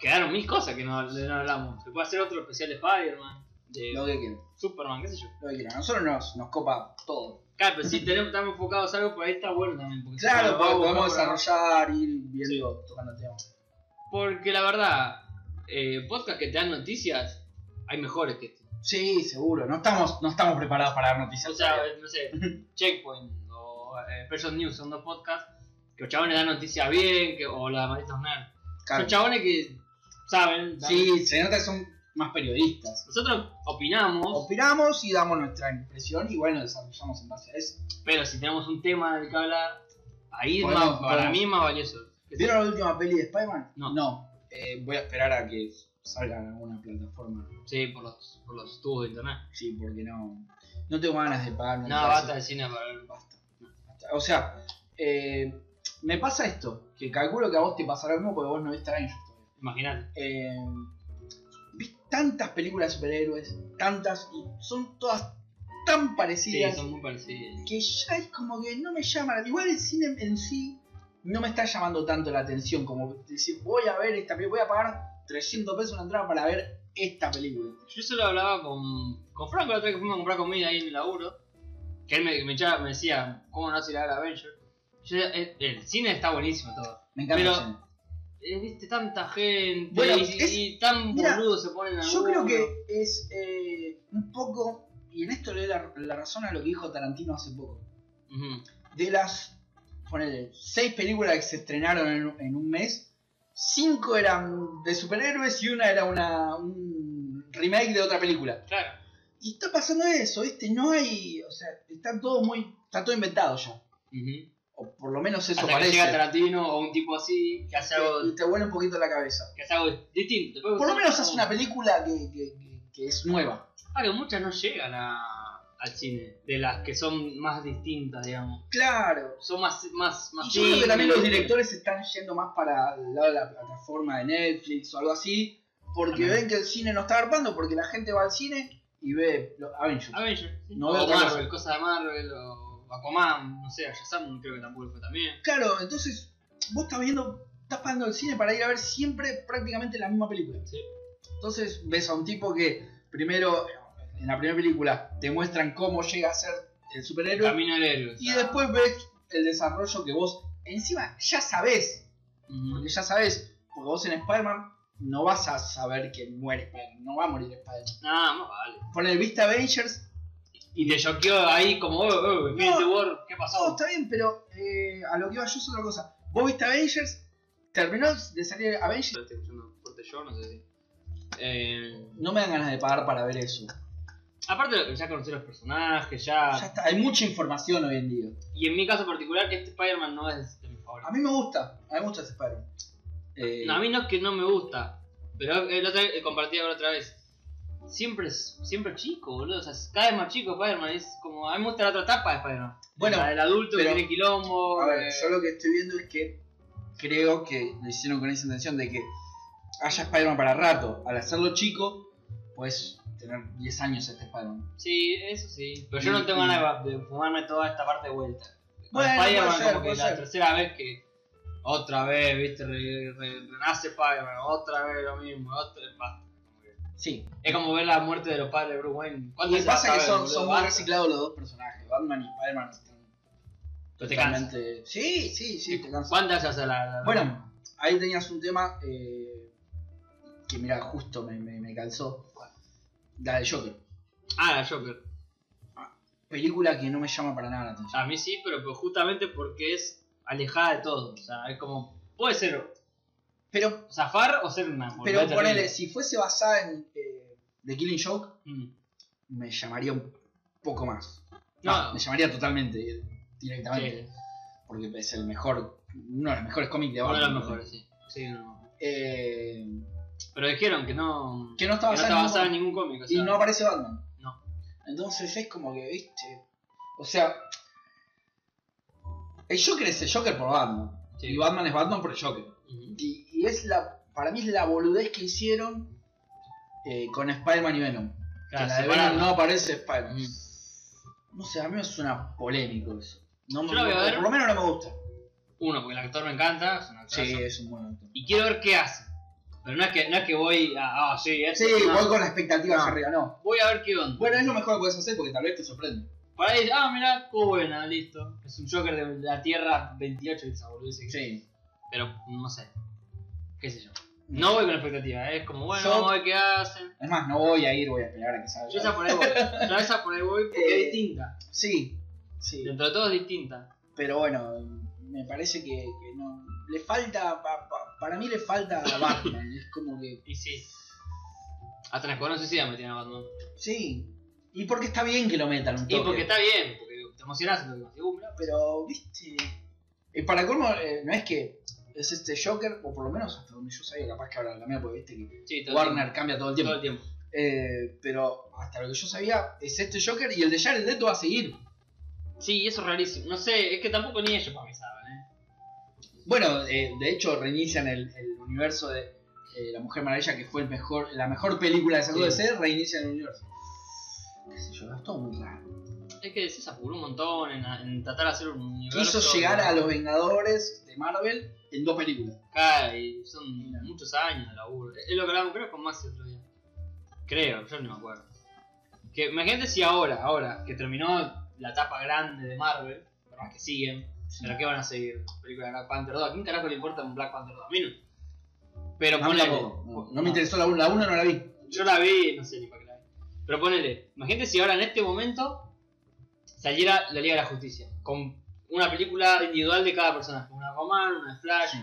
quedaron mil cosas que no, de- no hablamos. Se puede hacer otro especial de Spider-man, de Lo que quieran. Superman, qué sé yo. Lo que quieran. A nosotros nos, nos copa todo. Claro, pero si tenemos, estamos enfocados a algo, pues ahí está bueno también. Porque Claro, se puede- podemos, podemos desarrollar. desarrollar, ir viendo, tocando temas. Porque la verdad, eh, podcast que te dan noticias, hay mejores que este. Sí, seguro. No estamos, no estamos preparados para dar noticias. O sea, no sé, [LAUGHS] Checkpoint o eh, Person News son dos podcasts que los chabones dan noticias bien, que, o la de Malditos Nerds. Claro. Son chabones que saben. dan- Sí, se nota que son más periodistas. Nosotros opinamos, Opinamos y damos nuestra impresión y bueno, desarrollamos en base a eso. pero si tenemos un tema del que hablar, ahí es Podemos- más, para podemos. mí es más valioso. Que ¿Vieron la última peli de Spider-Man? No. Eh, voy a esperar a que salga en alguna plataforma. Sí, por los, por los tubos de internet. Sí, porque no. No tengo ganas de pagar. No, nada basta de cine para ver. Basta. Basta. O sea, eh, me pasa esto, que calculo que a vos te pasará lo mismo porque vos no viste Avengers todavía. Imagínate. Eh, vi tantas películas de superhéroes, tantas, y son todas tan Sí, parecidas son muy parecidos. que ya es como que no me llaman. Igual el cine en sí no me está llamando tanto la atención como decir, voy a ver esta película, voy a pagar 300 pesos una entrada para ver esta película. Yo solo hablaba con, con Franco la otra vez que fuimos a comprar comida ahí en el laburo. Que él me, me, echaba- me decía, ¿cómo no hace ir a ver Avenger? Yo decía, el, el cine está buenísimo todo. Me encanta Pero- el cine. Eh, Viste tanta gente Bueno, y, es- y tan mira, boludos se ponen Yo creo algunos. que es eh, un poco, y en esto le doy la, la razón a lo que dijo Tarantino hace poco. Ujú. de las ponele, seis películas que se estrenaron en, en un mes, cinco eran de superhéroes y una era una, un remake de otra película. Claro. Y está pasando eso, ¿viste? No hay. O sea, está todo muy. Está todo inventado ya. Ujú. O por lo menos eso Hasta que llega parece. Tarantino o un tipo así que hace Y algo, te vuelve un poquito la cabeza. que hace algo distinto. Después Por lo usted- menos hace una película que, que- que- que es nueva. Claro, muchas no llegan a, al cine, de las que son más distintas, digamos. Claro. Son más... más, más Y yo creo que también los indies. directores están yendo más para el lado de la plataforma de Netflix o algo así, porque También. ven que el cine no está garpando, porque la gente va al cine y ve los Avengers. Avengers. sí. No o veo otra Marvel, cosas de Marvel, o Aquaman, no sé, Shazam creo que tampoco fue también. Claro, entonces vos estás viendo, estás pagando el cine para ir a ver siempre prácticamente la misma película. Sí. Entonces ves a un tipo que primero, en la primera película, te muestran cómo llega a ser el superhéroe Camino del héroe. o y sea. después ves el desarrollo que vos encima ya sabés Ujú. Porque ya sabes, porque vos en Spider-Man no vas a saber que muere Spider-Man, no va a morir Spider-Man. Nada más vale. Poner vista Avengers, Y te choqueó ahí como, eh, eh, Infinity War, ¿qué no, pasó? oh, está bien, pero eh, a lo que iba yo es otra cosa. Vos viste Avengers, terminó de salir Avengers, Estoy escuchando fuerte yo, no sé si. Eh, no me dan ganas de pagar para ver eso. aparte, ya conocí los personajes, Ah, Ya está, hay mucha información hoy en día. Y en mi caso particular, que este Spider-Man no es de mis favoritos. A mí me gusta, a mí me gusta ese Spider-Man. Eh, No, a mí no es que no me gusta, pero el otro, eh, compartía con otra vez. Siempre es siempre es chico, boludo. O sea, es cada vez más chico Spider-Man. Es como, a mí me gusta la otra etapa de Spider-Man. Bueno, la del adulto pero- que tiene quilombo. A ver, eh, yo lo que estoy viendo es que creo que lo hicieron con esa intención de que haya Spider-Man para rato. Al hacerlo chico, puedes tener 10 años este Spider-Man. Sí, eso sí. Pero yo no tengo Mm. ganas de, de fumarme toda esta parte de vuelta. Con Bueno, Spider-Man, puede ser, como que puede la ser. tercera vez que. Otra vez, viste, re- re- renace Spider-Man. Otra vez lo mismo. Otra vez, basta. Sí. Es como ver la muerte de los padres de Bruce Wayne. ¿Cuántas Me veces la pasa que Ah, saben, son, boludo? son muy Basta. reciclados los dos personajes. Batman y Spider-Man están Pero te cansa. totalmente- Sí, sí, sí, te cansa. ¿Cuántas hace la, la- Bueno, ahí tenías un tema eh, que mira, justo me, me, me calzó. La del Joker. Ah, la Joker. Película que no me llama para nada la atención. A mí sí, pero pues justamente porque es alejada de todo. O sea, es como. Puede ser Pero, zafar o ser una. pero boluda ponele, terrible. si fuese basada en eh, The Killing Joke, Mm. me llamaría un poco más. No. No, me llamaría totalmente, eh, directamente. Sí, Porque es el mejor, uno de los mejores cómics de uno de Batman. los mejores, sí. Sí, no. Eh, Pero dijeron que no. que no está que no basada está en basada en ningún cómic. O sea, Y no aparece Batman. No. Entonces es como que, viste. O sea. El Joker es el Joker por Batman. sí. Y Batman es Batman por el Joker. Ujú. Y, y es la. Para mí es la boludez que hicieron eh, con Spider-Man y Venom. Claro, que en la de separado. Venom no aparece Spider-Man. Ujú. No sé, a mí me suena polémico eso. No me, Yo la voy a ver. Ah, Por lo menos no me gusta. Uno, porque el actor me encanta. Es un actorazo. Sí, es un buen actor. Y quiero ver qué hace. Pero no es que, no es que voy a. Ah, sí, esto, Sí, no. voy con la expectativa No. hacia arriba, no. Voy a ver qué onda. Bueno, es lo mejor que puedes hacer porque tal vez te sorprende. Por ahí, ah, mirá, qué buena, listo. Es un Joker de la Tierra 28 y esa boludez que- Sí. Pero no sé. Qué sé yo. No voy con expectativa, ¿eh? es como, bueno, Yo- vamos a ver qué hacen. Mm. Es más, no voy a ir, voy a esperar a que salga. Yo esa por ahí voy. Yo esa por ahí voy porque Eh. es distinta. Sí, sí. Dentro de todo es distinta. Pero bueno, me parece que, que no. Le falta. pa- pa- para mí le falta a [LAUGHS] Batman. es como que. Y sí. Hasta en el Escuadrón Suicida metían a Batman. Sí. Y porque está bien que lo metan un Y toque. porque está bien, porque te emocionás. Porque, uh, mirá, Pero, viste. Y para colmo, eh, no es que. Es este Joker, o por lo menos hasta donde yo sabía, capaz que ahora cambiado, porque viste que sí, todo el Warner cambia todo el tiempo. tiempo. Todo el tiempo. Eh, pero hasta lo que yo sabía, es este Joker y el de Jared Leto va a seguir. Sí, eso es rarísimo. No sé, es que tampoco ni ellos para mí saben, ¿eh? Bueno, eh, de hecho reinician el, el universo de eh, La Mujer Maravilla, que fue el mejor, la mejor película de salud de Sí. ser, reinician el universo. Qué sé yo, es todo muy raro. Es que se apuró un montón en, en tratar de hacer un universo. Quiso llegar a los Vengadores de Marvel en dos películas. Claro, y son muchos años de laburo. Es lo que hablamos, creo, con Maxi otro día. Creo, yo no me acuerdo. Que imagínate si ahora, ahora, que terminó la etapa grande de Marvel, por más que siguen, pero ¿qué van a seguir? Película de Black Panther 2. ¿A quién carajo le importa un Black Panther 2? A mí no. Pero No, ponele. Ah, tampoco, no, no me interesó la 1, la 1 no la vi. Ah. Yo la vi, no sé ni para qué la vi. Pero ponele, imagínate si ahora en este momento saliera la Liga de la Justicia, con una película individual de cada personaje, una Aquaman, una Flash. Sí.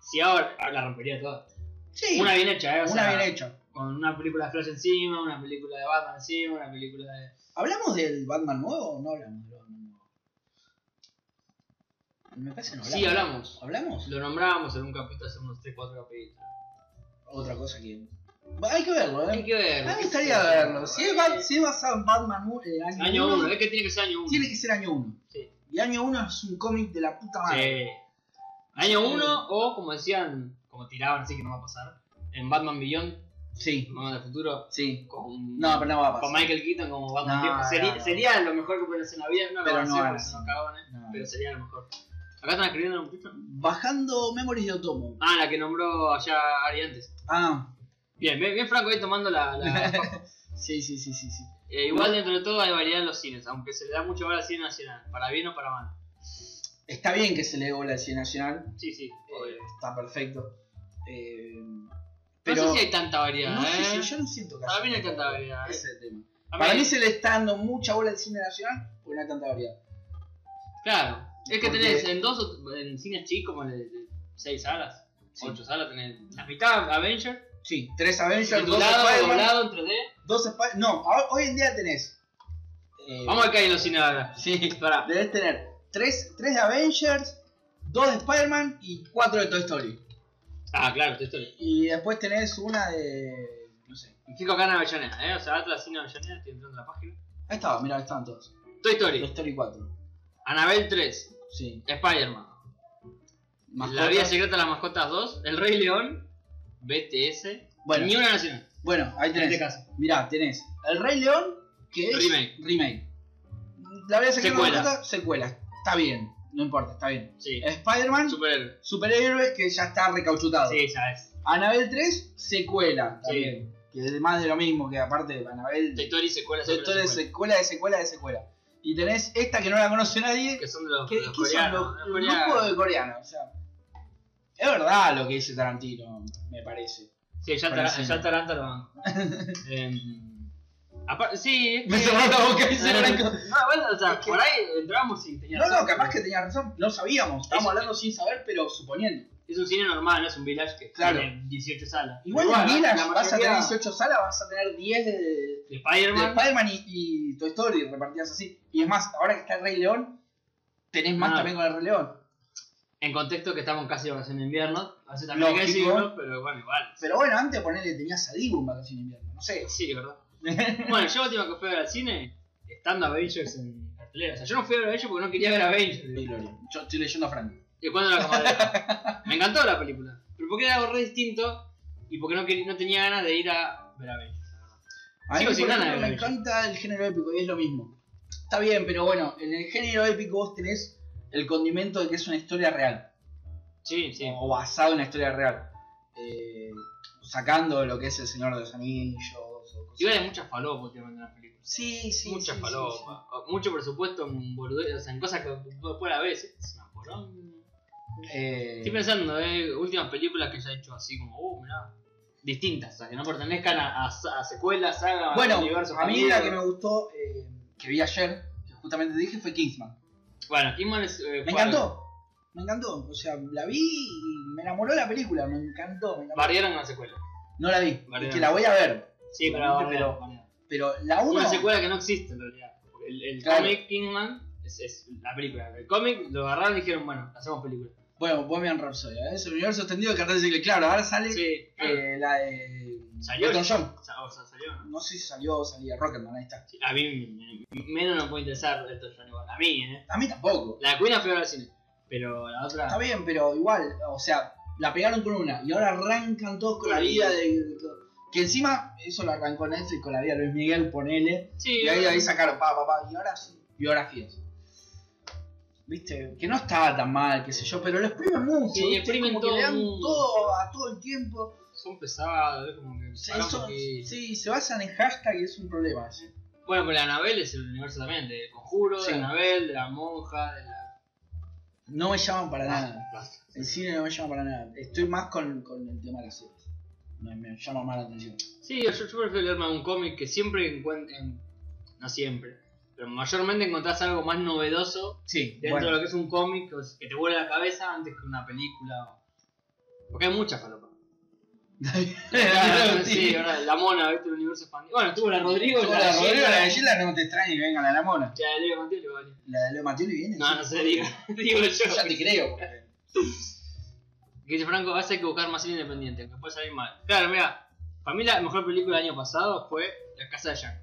Si ahora ah, la rompería toda. Sí, Una una, bien hecha, ¿eh? O sea, bien hecha. Con una película de Flash encima, una película de Batman encima, una película de. ¿Hablamos del Batman nuevo o no hablamos del Batman nuevo? Me parece que no hablamos. Sí, hablamos. ¿Hablamos? Lo nombrábamos en un capítulo hace unos 3-4 capítulos. Otra cosa que. Hay que verlo, Hay ¿eh? que verlo. A mí me gustaría verlo. Si es, Bat- si es basado en Batman eh, año, Año uno, 1, es que tiene que ser año 1. Tiene que ser año 1. Sí. Y año 1 es un cómic de la puta madre. Sí. Año 1 o como decían, como tiraban, así que no va a pasar. En Batman Beyond, Sí. Batman del futuro, Sí. con, No, pero no va a con pasar. Michael Keaton como Batman No, viejo. no, Sería, no. sería lo mejor que pueden hacer en la vida, no lo Pero van a no hacer van a porque hacer. son unos cagones, No. ¿eh? pero sería lo mejor. Acá están escribiendo un título. Bajando Memories de Otomo. Ah, la que nombró allá Ari antes. Ah, Bien, bien, bien Franco ahí tomando la... [LAUGHS] la- sí, sí, sí, sí. sí. Eh, igual dentro de todo hay variedad en los cines, aunque se le da mucho valor al cine nacional, para bien o para mal. Está bien que se le dé la de Cien Nacional. Sí, sí, eh, obvio. está perfecto. Eh, pero. No sé si hay tanta variedad, no sé ¿eh? si- yo no siento que Para haya mí no hay tanta tanta variedad. variedad, ¿eh? Ese es el tema. A Para mí se le está dando mucha bola al cine nacional porque no hay tanta variedad. Claro, es que Porque- tenés en dos o- en cines chicos como de, de seis salas, Sí. ocho salas, tenés la mitad Avenger, Sí, tres Avengers, dos titulado, Spider-Man. doblado en 3D. Dos Spider- No, ho- hoy en día tenés. eh, Vamos a ver qué hay en los cines ahora. Sí, Pará. debes tener tres, tres de Avengers, dos de Spider-Man y cuatro de Toy Story. Ah, claro, estoy estoy. Y después tenés una de. No sé. Fijo acá en Avellaneda, ¿eh? O sea, Atlas Cine Avellaneda, estoy entrando a la página. Ahí estaba, mirá, ahí estaban todos. Toy Toy Story, Story 4. Anabel 3, Sí. Spider-Man, La Mascotas. Vida Secreta de las Mascotas 2, El Rey León, BTS, Bueno. ni una nacional. Bueno, ahí En este tenés. caso. Mirá, tenés El Rey León, que es. Remake. remake. La verdad es que Secuela. no secuela. Está bien, no importa, está bien. Sí, Spider-Man, superhéroe. superhéroes que ya está recauchutado. Sí, ya es. Anabel 3, secuela. Sí. También. Que es más de lo mismo, que aparte de Anabel. Toy Story, secuela, Esto secuela, esto es secuela. secuela de secuela de secuela. Y tenés esta que no la conoce nadie, Que son de los, que, de que los son coreanos. los, los los coreanos. grupos de coreanos. o sea, es verdad lo que dice Tarantino, me parece. Sí, ya, Por Tara- encima. ya Atalanta lo [LAUGHS] banco. Em, apar- sí, es Me que- cerró la boca y Eh, se arrancó. No, bueno, o sea, Es que- por ahí entrábamos sin tener. No, no, capaz que tenía razón. No sabíamos. Estábamos hablando sin saber, pero suponiendo. Es un cine normal, no es un village que Claro. tiene 18 salas. Igual Pero en bueno, Village la vas a mayoría tener 18 salas, vas a tener 10 de, De de Spider-Man. Spider-Man y, y Toy Story repartidas así. Y es más, ahora que está el Rey León, tenés más Ah. también con el Rey León. en contexto que estamos casi de vacaciones de invierno. Hace también Lógico. que decirlo, pero bueno, igual. Pero bueno, antes ponerle tenías a Dibu en vacaciones de invierno, no sé. Sí, [LAUGHS] ¿verdad? bueno, yo la última que fui a ver al cine, estando Avengers en cartelera. O sea, yo no fui a ver Avengers porque no quería ver Avengers. Yo estoy leyendo a Frank. ¿Y cuándo la camarera? Me encantó la película. Pero porque era algo re distinto y porque no, quería- no tenía ganas de ir a ver Avengers. la verdad. A mí Sigo sin por ganas ejemplo, de me ver eso. encanta el género épico y es lo mismo. Está bien, pero bueno, en el género épico vos tenés el condimento de que es una historia real. Sí, sí. O basado en una historia real. Eh, sacando lo que es el Señor de los Anillos. o cosas- Igual hay muchas falopas últimamente en las películas. Sí, sí. Muchas sí, sí, palomas, sí. mucho presupuesto en boludeces, o sea, en cosas que después la ves, es una poronga. Eh, Estoy pensando, eh, últimas películas que haya hecho así como, uh, mirá, distintas, o sea, que no pertenezcan a, a, sa- a secuelas, sagas, bueno, universos. a mí paralelos. la que me gustó, eh, que vi ayer, que justamente dije, fue Kingsman. Bueno, Kingman es. eh, Me fue algo- encantó. Me encantó. O sea, la vi y me enamoró la película. Me encantó. me encantó. Bardearon una secuela. No la vi. Vale, es que no. la voy a ver. Sí, pero. Realmente, bardearon, pero- bardearon. Pero la Una 1 secuela que no existe en realidad. El, el Claro. cómic Kingman es, es la película. El cómic lo agarraron y dijeron, bueno, hacemos película. Bueno, Bohemian Rhapsody, ¿eh? es el universo extendido de cartel que claro, ahora sale Sí, eh, la de Salió. Elton John. o sea, o sea, salió, ¿no? No sé si salió o salía Rocketman, ahí está. Sí, A mí me- menos no puede interesar esto John igual. A mí, ¿eh? A mí tampoco. La Queen fue al cine. Pero la Está otra. bien, pero igual, o sea, la pegaron con una y ahora arrancan todos con la vida de... Que encima, eso lo arrancó Netflix con la vida de Luis Miguel, ponele. Sí, eh, Y ahí, ahí sacaron, pa, pa, pa, y ahora sí, biografías. Viste, que no estaba tan mal, qué sé yo, pero lo exprimen mucho. Sí, ¿viste? Es como que exprimen le dan todo. todo a todo el tiempo. son pesados, es como que. Sí, paran son- porque- sí, se basan en hashtag y es un problema. sí. Bueno, pero la Anabel es el universo también, del conjuro, Sí. de Anabel, de la monja, de la. No me llaman Ah. para nada. Basta. El cine no me llama para nada. Estoy más con, con el tema de las series. Me, me llama más la atención. Sí, yo, yo prefiero leerme un cómic que siempre encuentren. No siempre. Pero mayormente encontrás algo más novedoso Sí, dentro [LAUGHS] de [LAUGHS] lo que es un cómic que os- que te vuela la cabeza antes que una película. o- Porque hay muchas [LAUGHS] falopas. Claro, sí, verdad, la mona, ¿viste? El universo expandido. Bueno, estuvo la Rodrigo, la, de Rodrigo, la de Gilda, Gilda, no te extrañe que vengan a la mona. la de Leo Mateo, vale. La de Leo Matioli viene. No, sí. no sé, digo, [LAUGHS] digo yo. [LAUGHS] Ya te creo. Que dice Franco, vas a hay que buscar más cine independiente, aunque puede salir mal. Claro, mira, para mí la mejor película del año pasado fue La Casa de Jack.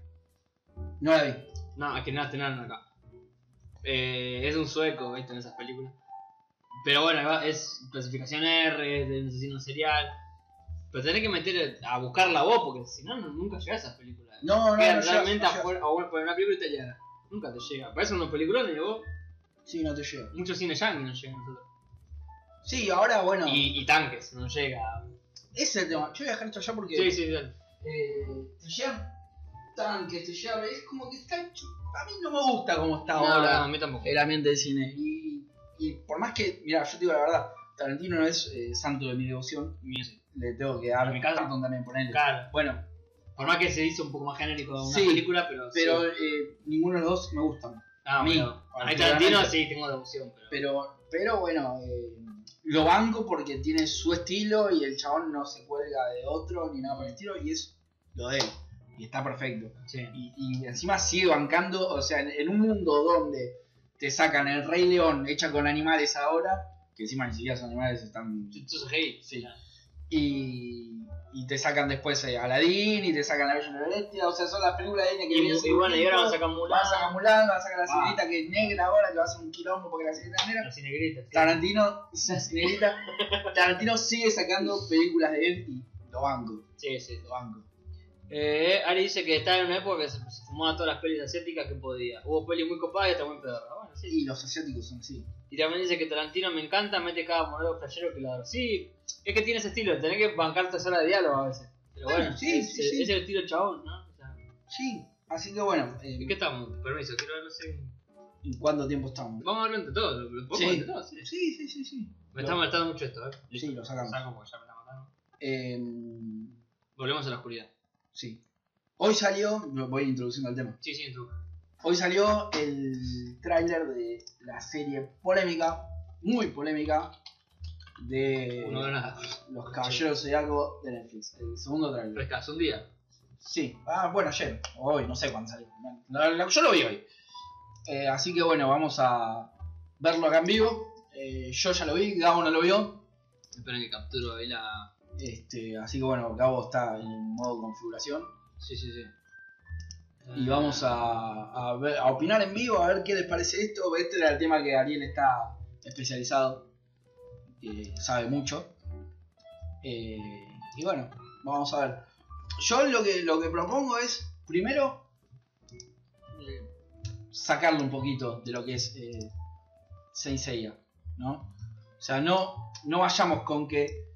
No la vi. No, es que no estrenaron acá. Eh, es un sueco, viste, en esas películas. Pero bueno, va- es clasificación R, es de un asesino serial. Pero tenés que meter a buscarla vos, porque si no, no- nunca llegás a esas películas. No, no, Quedan no. llega, realmente no llega. afuera, o bueno, por una película italiana. Nunca te llega. Parecen unos peliculones y vos, Sí, no te llega. muchos cine yankees no llegan a nosotros. Sí, ahora bueno. Y, y tanques, no llega. Ese es el tema. Yo voy a dejar esto ya porque. Sí, sí, dale. eh, te llevan tanques, te llevan. Es como que está hecho. A mí no me gusta como está No, no, ahora a mí tampoco. el ambiente del cine. Y, y por más que, mira, yo te digo la verdad, Tarantino no es eh, santo de mi devoción, Music. le tengo que dar En mi caso- Patton también por él. Claro. Bueno, Por más que se hizo un poco más genérico una Sí, película, pero. pero sí. eh, ninguno de los dos me gustan. Ah, a mí, bueno. A mí particularmente. Tarantino sí tengo devoción, pero. Pero, pero bueno, eh, lo banco porque tiene su estilo y el chabón no se cuelga de otro ni nada por el estilo y es lo de él. Y está perfecto. Sí. Y, y encima sigue bancando, o sea, en, en un mundo donde te sacan el Rey León hecha con animales ahora, que encima ni siquiera son animales, están Tú sos gay. Sí. y, y te sacan después eh, Aladdin y te sacan La Bella y la Bestia, o sea, son las películas de Disney que Y, vienen y bueno, y ahora vas a Mulan. vas a sacar Mulan, vas a sacar la Ah. sirenita que es negra ahora, que va a ser un quilombo porque la sirenita es negra. La cinegrita. sí. Tarantino, [LAUGHS] esa sirenita, Tarantino sigue sacando películas de él y lo banco, Sí, sí. lo banco. Eh, Ari dice que estaba en una época que se, se fumaba todas las pelis asiáticas que podía. Hubo pelis muy copadas y hasta muy pedorras. Bueno, sí. Y los asiáticos son así. Y también dice que Tarantino me encanta, mete cada monólogo flashero que lo adoro. Sí, es que tiene ese estilo, tenés que bancarte sola de diálogo a veces. Pero Bueno, bueno, sí, es, sí, es- sí. es el estilo chabón, ¿no? O sea, Sí, así que bueno, eh, ¿En qué estamos? Permiso, quiero ver, no sé. ¿en cuánto tiempo estamos? Vamos a hablar entre todos, lo- lo podemos Sí. entre todos, sí. Sí, sí, sí, sí. Me está matando mucho esto, ¿eh? Sí, lo sacamos. Saco porque ya me está matando. Em, Volvemos a la oscuridad. sí. Hoy salió, me voy introduciendo al tema. Sí, sí, tú. Hoy salió el tráiler de la serie polémica, muy polémica, de Uno de nada. Los Caballeros de algo de Netflix, el segundo tráiler. Frescas, un día. Sí, ah, bueno, ayer, o hoy, no sé cuándo salió. No, no, yo lo vi hoy. Eh, así que bueno, vamos a verlo acá en vivo. Eh, yo ya lo vi, Gabo no lo vio. Esperen que capturo ahí la. Este, así que bueno, Gabo está en modo configuración. Sí, sí, sí. Y vamos a, a ver- a opinar en vivo, a ver qué les parece esto. Este era el tema que Ariel está especializado, que sabe mucho. Eh, y bueno, vamos a ver. Yo lo que, lo que propongo es, primero, eh, sacarlo un poquito de lo que es eh, Saint Seiya, ¿no? O sea, no, no vayamos con que,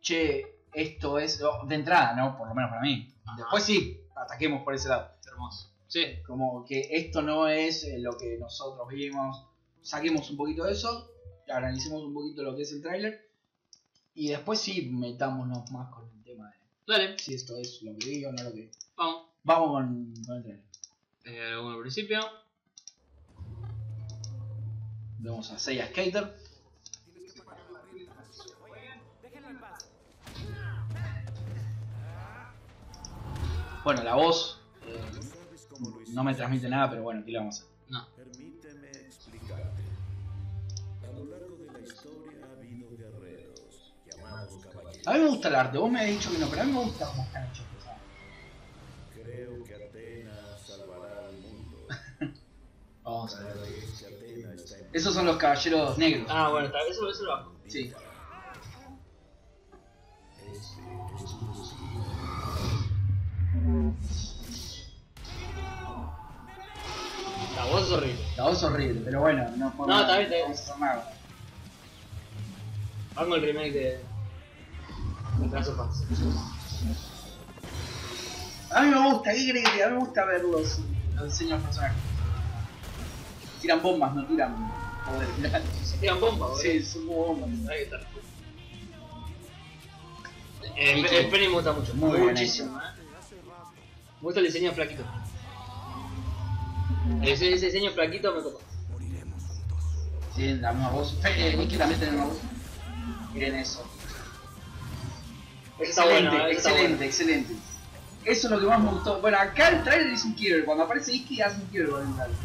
che, esto es, no, de entrada, ¿no? Por lo menos para mí. Ajá. Después sí, ataquemos por ese lado Hermoso. Sí. como que esto no es eh, lo que nosotros vimos. Saquemos un poquito de eso, analicemos un poquito lo que es el tráiler y después sí metámonos más con el tema de Dale, si esto es lo que vi o no lo que vi. vamos. Vamos con, con el tráiler. Eh, bueno, al principio. Vemos a Seiya Skater. Bueno, la voz eh, no me transmite nada, pero bueno, aquí la vamos a hacer. No. Permíteme explicarte. A lo largo de la historia ha habido guerreros llamados A mí caballeros. me gusta el arte, vos me has dicho que no, pero a mí me gusta cómo están hechos. o sea. Creo que Atenas salvará al mundo. [LAUGHS] Vamos a Cada ver. vez que Atenas está en Esos son los caballeros negros. Ah, bueno, está- eso, eso lo bajo. Sí. este es un destino. La voz es horrible. La voz es horrible, pero bueno, no fue No, mal. está bien, está bien. No fue mal. Vamos el remake de. Un caso paz. A mí me gusta, ¿qué crees que te diga? A mí me gusta ver los, los diseños de los personajes. Tiran bombas, no tiran poder. Se tiran bombas, boludo. Sí, son como bombas. Ahí está. El, el Penny Eh, me gusta mucho. Muy bueno. muchísimo, eh. Me gusta el diseño flaquito. Mm. Ese, ese diseño flaquito me copa. Sí, la misma voz. Fe- eh, Nicky también tiene la misma voz. Miren eso. Está excelente, bueno, eh, está excelente, bueno. excelente. Eso es lo que más me gustó. Bueno, acá el trailer es un quiebro. Cuando aparece Nicky hace un quiebro con el trailer.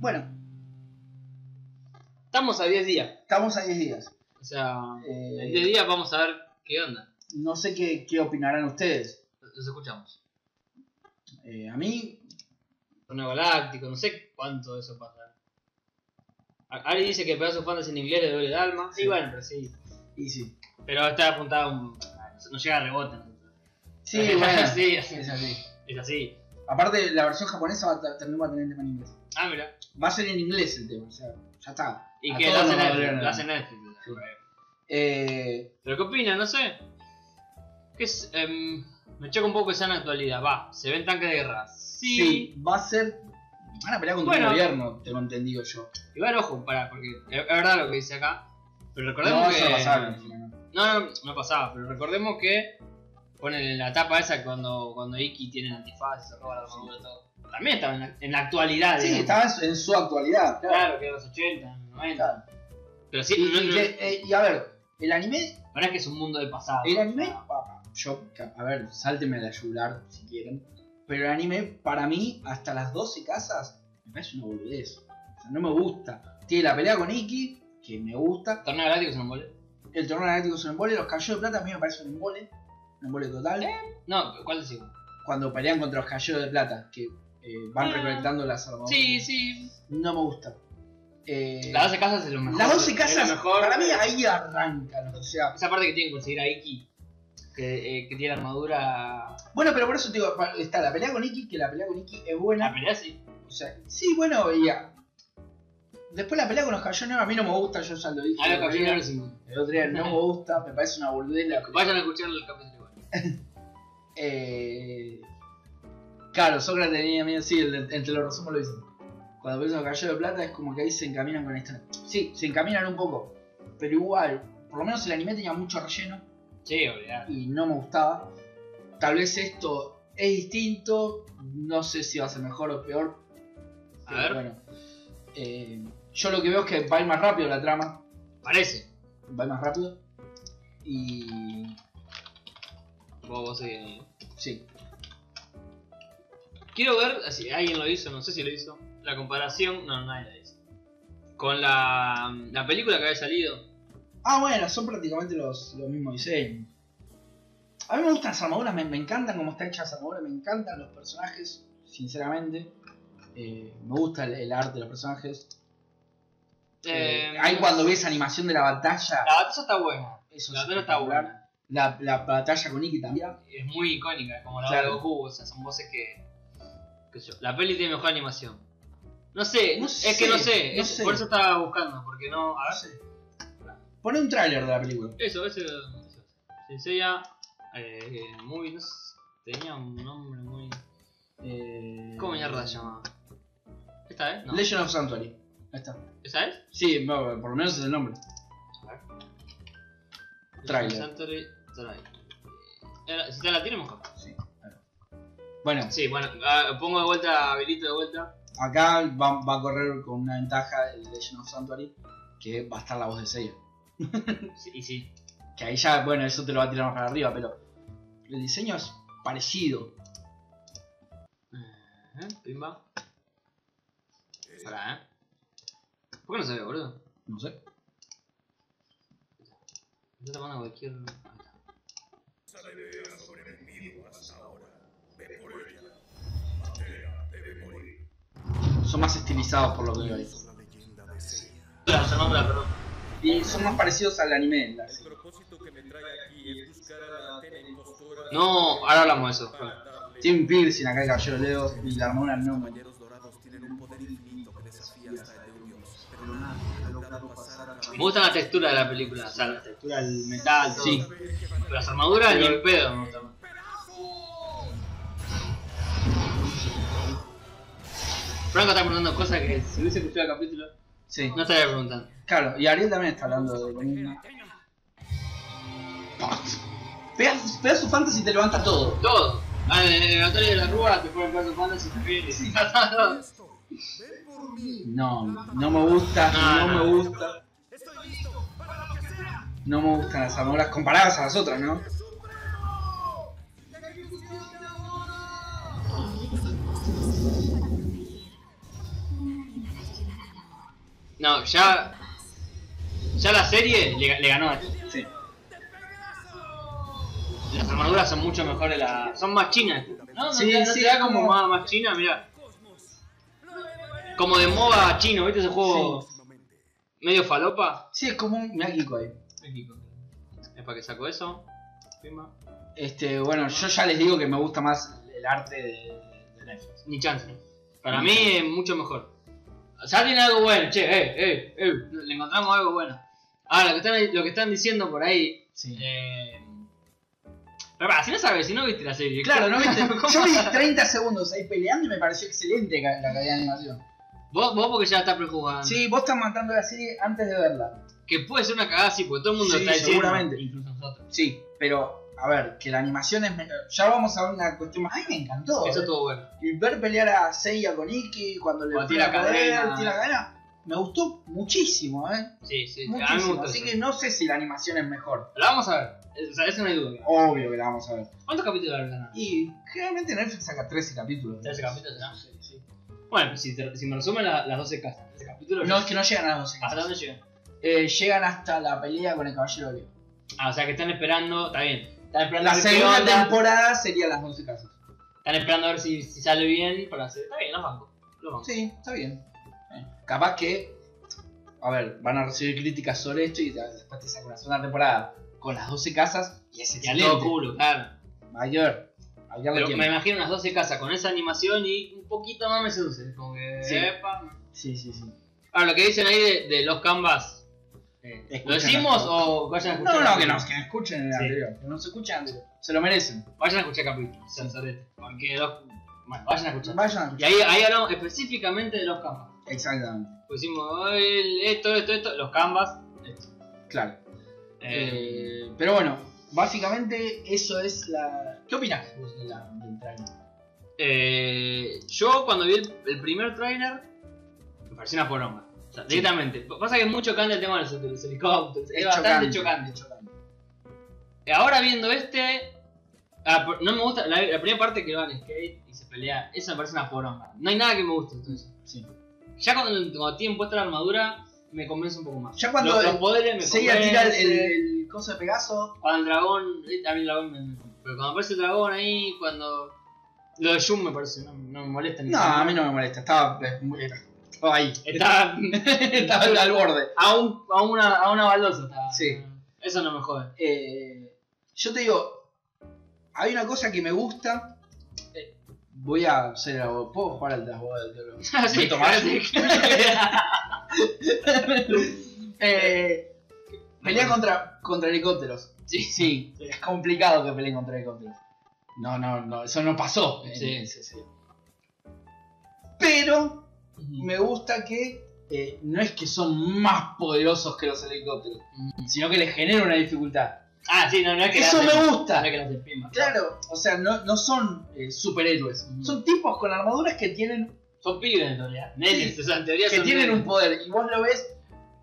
Bueno, Estamos a 10 días. estamos a 10 días. O sea, Eh, en 10 días vamos a ver qué onda. No sé qué, qué opinarán ustedes. Los escuchamos. Eh, a mí, Torneo Galáctico, no sé cuánto de eso pasa. A- Ari dice que pedazo fantasy en inglés le duele el alma. Sí, Sí. bueno, pero sí. y sí. Pero está apuntado a un. No llega a rebote. Sí, bueno, [LAUGHS] sí, [LAUGHS] es así. es así. Aparte, la versión japonesa va a ta- también va a tener el tema en inglés. Ah, mira. Va a ser en inglés el tema, o sea, ya está. Y A que lo todos hace nos va a doler Netflix. nada. Lo hace Netflix. Sí. Eh, ¿Pero qué opinan? No sé. ¿Qué es, em, me choca un poco que sea en la actualidad. Va, se ven tanques de guerra. Sí. sí, va a ser. Van a pelear contra Bueno. el gobierno, tengo entendido yo. Igual, ojo, pará, porque es es verdad lo que dice acá. Pero recordemos No, que. eso va a pasar. no. No, no, no pasaba, pero recordemos que ponen en la tapa esa cuando, cuando Iki tiene el antifaz y se roba la armadura y todo. También estaba en la, en la actualidad. Sí, digamos. estaba en su- en su actualidad, claro. Claro, que era los 80, 90. Claro. Pero sí, Y, no, y no- que- eh, y a ver, el anime. la verdad es que es un mundo del pasado. El anime. pa- Yo, ca- a ver, sálteme la yugular si quieren. Pero el anime, para mí, hasta las 12 casas, me parece una boludez. O sea, no me gusta. Tiene la pelea con Iki, que me gusta. Torneo Galáctico es un embole. El torneo galáctico es un embole, los caballeros de plata a mí me parece un embole, un embole total. Eh. No, ¿cuál decimos? Cuando pelean contra los caballeros de plata, que eh, van Ah. recolectando las armaduras. Sí, sí. No me gusta. Eh, Las 12 casas es lo mejor. las 12 es casas, lo mejor. para mí ahí arrancan. O sea, Esa parte que tienen que conseguir a Iki, que, eh, que tiene la armadura. bueno, pero por eso te digo, pa- está la pelea con Iki, que la pelea con Iki es La buena. pelea sí. O sea, sí, bueno, y ya. Después la pelea con los caballeros negros a mí no me gusta, yo ya lo dije. A los el otro día. capítulos. Vayan El otro día no me gusta, me parece una boludez la a escuchar el capítulo igual. Eh, claro, Sócrates tenía miedo, sí, el- entre los resumos lo dicen. cuando piensan Caballero de Plata es como que ahí se encaminan con la historia. Sí, se encaminan un poco, pero igual, por lo menos el anime tenía mucho relleno Sí, olvidar. y no me gustaba. Tal vez esto es distinto, no sé si va a ser mejor o peor. A ver. pero Bueno, Eh, yo lo que veo es que va a ir más rápido la trama, Parece. va a ir más rápido. Y Vos, vos seguís. sí, Quiero ver si alguien lo hizo, no sé si lo hizo. La comparación, no, nadie la hizo. Con la, la película que había salido. Ah, bueno, son prácticamente los, los mismos diseños. A mí me gustan las armaduras, me, me encantan cómo están hechas las armaduras, me encantan los personajes, sinceramente. Eh, me gusta el, el arte de los personajes. Eh, ahí cuando ves animación de la batalla, La batalla está buena. eso La es batalla está espectacular. buena. La, la batalla con Iki también. Es muy icónica, como la Claro. de Goku. O sea, son voces que. qué sé yo. La peli tiene mejor animación. No sé, No es que no sé, sé. no es- sé. Por eso estaba buscando, porque no. A ver. Pone un tráiler de la película. Eso, eso. eso. Senseiya, eh, muy. No sé, tenía un nombre muy. Eh, ¿Cómo mierda se llamaba? ¿Esta es? No. Legend of Sanctuary. Ahí está. ¿Esa es? Sí, no, por lo menos es el nombre. Trailer. Sanctuary Trailer. Era- Si te la tiene, mejor. Sí. Bueno, Sí, bueno, ah, pongo de vuelta, habilito de vuelta. Acá va, va a correr con una ventaja el Legend of Sanctuary, que va a estar la voz de Seiya. Sí, y sí. Que ahí ya, bueno, eso te lo va a tirar más para arriba, pero el diseño es parecido. Ajá, Pimba. Pará, ¿eh? ¿Por qué no se ve, boludo? No sé. Me está tomando cualquier. Ahí está. Esa pelea sobre el enemigo hasta ahora. Ve por ella. Matea debe morir. Son más estilizados por lo que veo ahí. La leyenda de Seiya. Claro, se nombra, perdón. Y son más parecidos al anime. la- El propósito que me trae aquí es buscar a la Atena impostora. No, ahora hablamos de eso. para darle- Tiene un piercing acá el caballero de Leo y la armadura no me... caballeros dorados tienen un poder infinito que desafía hasta el de un dios, pero nadie ha logrado pasar a través Me gusta la textura de la película, o sea, la textura del metal, todo. Sí. Pero las armaduras ni en pedo me gustan. Franco está preguntando cosas que si hubiese escuchado el capítulo, Sí. no estaría preguntando. Claro, y Ariel también está hablando de lo mismo. Pegas, pegas su fantasy y te levanta todo. Todo. Ah, en el hotel de la Rúa te ponen plato fantasy también. y [LAUGHS] está todo. Ven por mí. No, no me gusta, No, no, Ah, no. me gusta. No me gustan las armaduras comparadas a las otras, ¿no? No, ya. Ya la serie le, le ganó a esto. Sí. Las armaduras son mucho mejores, las son más chinas. No, no, Sí, te- no sí, te da es como como- más, más china, mirá. Como de MOBA chino, ¿viste ese juego medio falopa? Sí, es como un. Mirá, Kiko ahí. Es para que saco eso. Firma. Este, bueno, yo ya les digo que me gusta más el arte de, de Netflix. Ni chance. Para mí es mucho mejor. Ya tiene algo bueno, che, eh, eh, eh. Le encontramos algo bueno. Ahora, lo que están, lo que están diciendo por ahí. Sí. Eh... Pero pará, si no sabes, si no viste la serie. Claro, [LAUGHS] ¿no viste? ¿cómo Yo vi sabes? 30 segundos ahí peleando y me pareció excelente ca- la calidad de animación. Vos, vos porque ya estás prejugando. Sí, vos estás matando la serie antes de verla. Que puede ser una cagada, sí, porque todo el mundo Sí, está diciendo. seguramente. Incluso nosotros. Sí, pero a ver, que la animación es mejor. Ya vamos a ver una cuestión más. Ay, me encantó. Eso eh. estuvo bueno. Y ver pelear a Seiya con Iki cuando le Cuando tira pega cadena. poder, tira cadena, me gustó muchísimo, ¿eh? Sí, sí. A mí me Muchísimo. gustó. Así eso. que no sé si la animación es mejor. La vamos a ver. Es- O sea, eso no hay duda. Obvio que la vamos a ver. ¿Cuántos capítulos habrá ganado? Y generalmente Netflix saca 13 capítulos. ¿no? 13 capítulos, ¿no? Sí, sí. Bueno, si, te- si me resumen la- las 12 casas, 13 capítulos. No, es que no llegan a los 12 ¿Hasta dónde llegan? Eh, llegan hasta la pelea con el caballero de Leo. Ah, o sea que están esperando, está bien. Están esperando La a ver qué segunda onda, temporada sería las 12 casas. Están esperando a ver si, si sale bien para hacer. Está bien, los bancos. Los bancos. Sí, está bien. Eh, Capaz que, a ver, van a recibir críticas sobre esto y después te sacan una segunda temporada con las 12 casas y es Y a todo excelente. culo, claro. Mayor. Hay que darle Pero tiempo. me imagino unas 12 casas con esa animación y un poquito más me seduce. Como que. Sí. epa. Sí, sí, sí. Ahora, lo que dicen ahí de, de los canvas. eh, ¿Lo Escuchen decimos las- o vayan a escuchar? No, no, que capítulos? nos que escuchen el Sí. anterior. Que nos escuchen el anterior. Se lo merecen. Vayan a escuchar capítulos, sean sorete, Porque los. Bueno, vayan a escuchar. Vayan a Y escuchar. ahí, ahí hablamos específicamente de los canvas. Exactamente. Pusimos "Oh, el- esto, esto, esto, los canvas. Claro. Eh, Eh, pero bueno, básicamente eso es la. ¿Qué opinas vos de la, del trailer? eh, yo cuando vi el, el primer trailer, me pareció una poronga. O sea, directamente. Pasa que es muy chocante el tema de los, de los helicópteros. Es, bastante chocante. Eh, es chocante. Ahora viendo este. ah, por- no me gusta. La, la primera parte que va en skate y se pelea, esa me parece una poronga. No hay nada que me guste entonces. Sí. Ya cuando, cuando tienen puesta la armadura, me convence un poco más. Ya cuando los, los el- poderes me Seiya tira el, el, convencen. el coso de Pegaso. Cuando el dragón. eh, A mí el dragón me. me- Pero cuando aparece el dragón ahí, cuando. Lo de Shun me parece, no, no me molesta ni No, siquiera. a mí no me molesta, estaba, eh, estaba ahí. Está. [LAUGHS] Estaba al, al borde. a, un, a, una, a una baldosa está. Sí. Eso no me jode. [LAUGHS] Eh, yo te digo, hay una cosa que me gusta. eh, Voy a hacer algo. ¿Puedo jugar al abogado [LAUGHS] del diablo? Así, Tomás. así. [LAUGHS] Eh, pelea contra, contra helicópteros. Sí. sí, es complicado que peleen contra helicópteros. No, no, no, eso no pasó. en- Sí, Pero me gusta que eh, no es que son más poderosos que los helicópteros, sino que les genera una dificultad. Ah, sí, no, no es que Eso la hacen- me gusta. No es que la hacen pimba. Claro, o sea, no, no son eh, superhéroes, Ujú. son tipos con armaduras que tienen, Son pibes en realidad. Nenes, o sea, en teoría que son tienen nenes. un poder. Y vos lo ves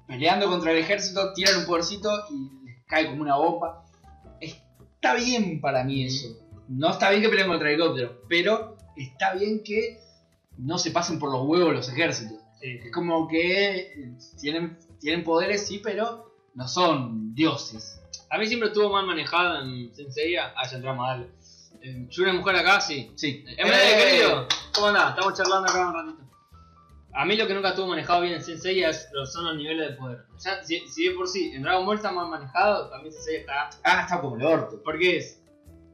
peleando contra el ejército, tiran un podercito y les cae como una bomba. Está bien para mí eso. No está bien que peleen contra helicópteros, pero está bien que no se pasen por los huevos los ejércitos. Sí, sí. Es como que eh, tienen, tienen poderes, sí, pero no son dioses. A mí siempre estuvo mal manejada en Senseiya. Ah, ya entramos a darle. Eh, yo una mujer acá, sí. Sí. Eh, MD, querido, ¿cómo andás? Estamos charlando acá un ratito. A mí lo que nunca estuvo manejado bien en Senseiya es- son los niveles de poder. Ya, si, si de por sí en Dragon Ball está más manejado, también Senseiya está. Ah, está como el orto. Porque es.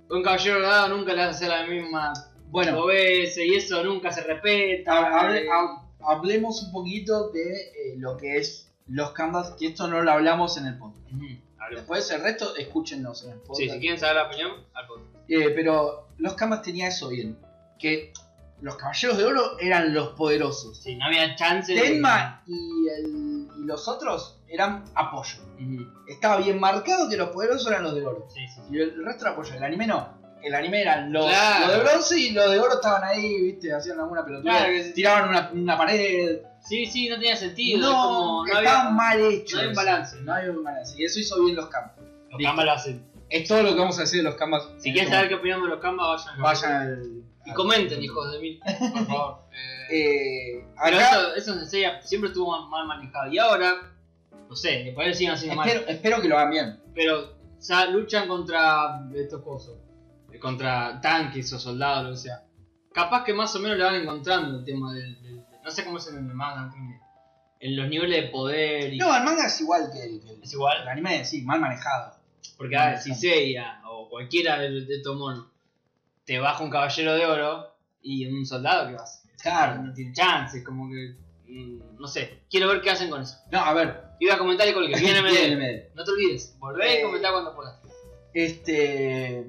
Un caballero dorado nunca le hace la misma Bueno, obedece y eso nunca se Ha- respeta. Eh, hable- ha- hablemos un poquito de eh, lo que es los canvas, que esto no lo hablamos en el podcast. Ujú, hablemos. Después el resto, escúchenos en el podcast. Sí, si quieren saber la opinión, al podcast. Eh, pero los canvas tenía eso bien, que los caballeros de oro eran los poderosos. Sí, no había chance de- Tenma y, el- y los otros eran apoyo. Ujú, Estaba bien marcado que los poderosos eran los de oro. Sí, sí. sí. Y el resto era apoyo. El anime no. El anime eran los, Claro. los de bronce y los de oro estaban ahí, viste, hacían alguna pelotuda. Claro que sí. Tiraban una, una pared. Sí, sí, no tenía sentido. es no, como, no estaba había... mal hecho. no había un eso. balance. No había un balance. Y eso hizo bien los canvas. Los Canvas lo hacen. Es todo lo que vamos a decir de los canvas. Si quieren saber qué opinamos de los Canvas, vayan. Vayan al. Y al- comenten, hijos de mil. Por [LAUGHS] favor. Eh, Eh, pero acá- eso, eso en Senseiya siempre estuvo mal- mal manejado. Y ahora, no sé, me parece siguen haciendo mal. espero, espero que lo hagan bien. Pero ya luchan contra estos cosas. eh, Contra tanques o soldados, lo que sea. Capaz que más o menos le van encontrando el tema del. del- no sé cómo es en el manga, creo que en los niveles de poder y. No, el manga es igual que el, que el- Es igual. el anime, sí, mal manejado. Porque a ver, si Seiya o cualquiera de, de estos monos te baja un caballero de oro y un soldado, ¿qué va a hacer? Claro. No tiene chances, como que. mm, No sé, quiero ver qué hacen con eso. No, a ver. Iba a comentar y colgué. [LAUGHS] Viene, Bien, MD. MD. No te olvides, volvé y comentá cuando puedas. Este.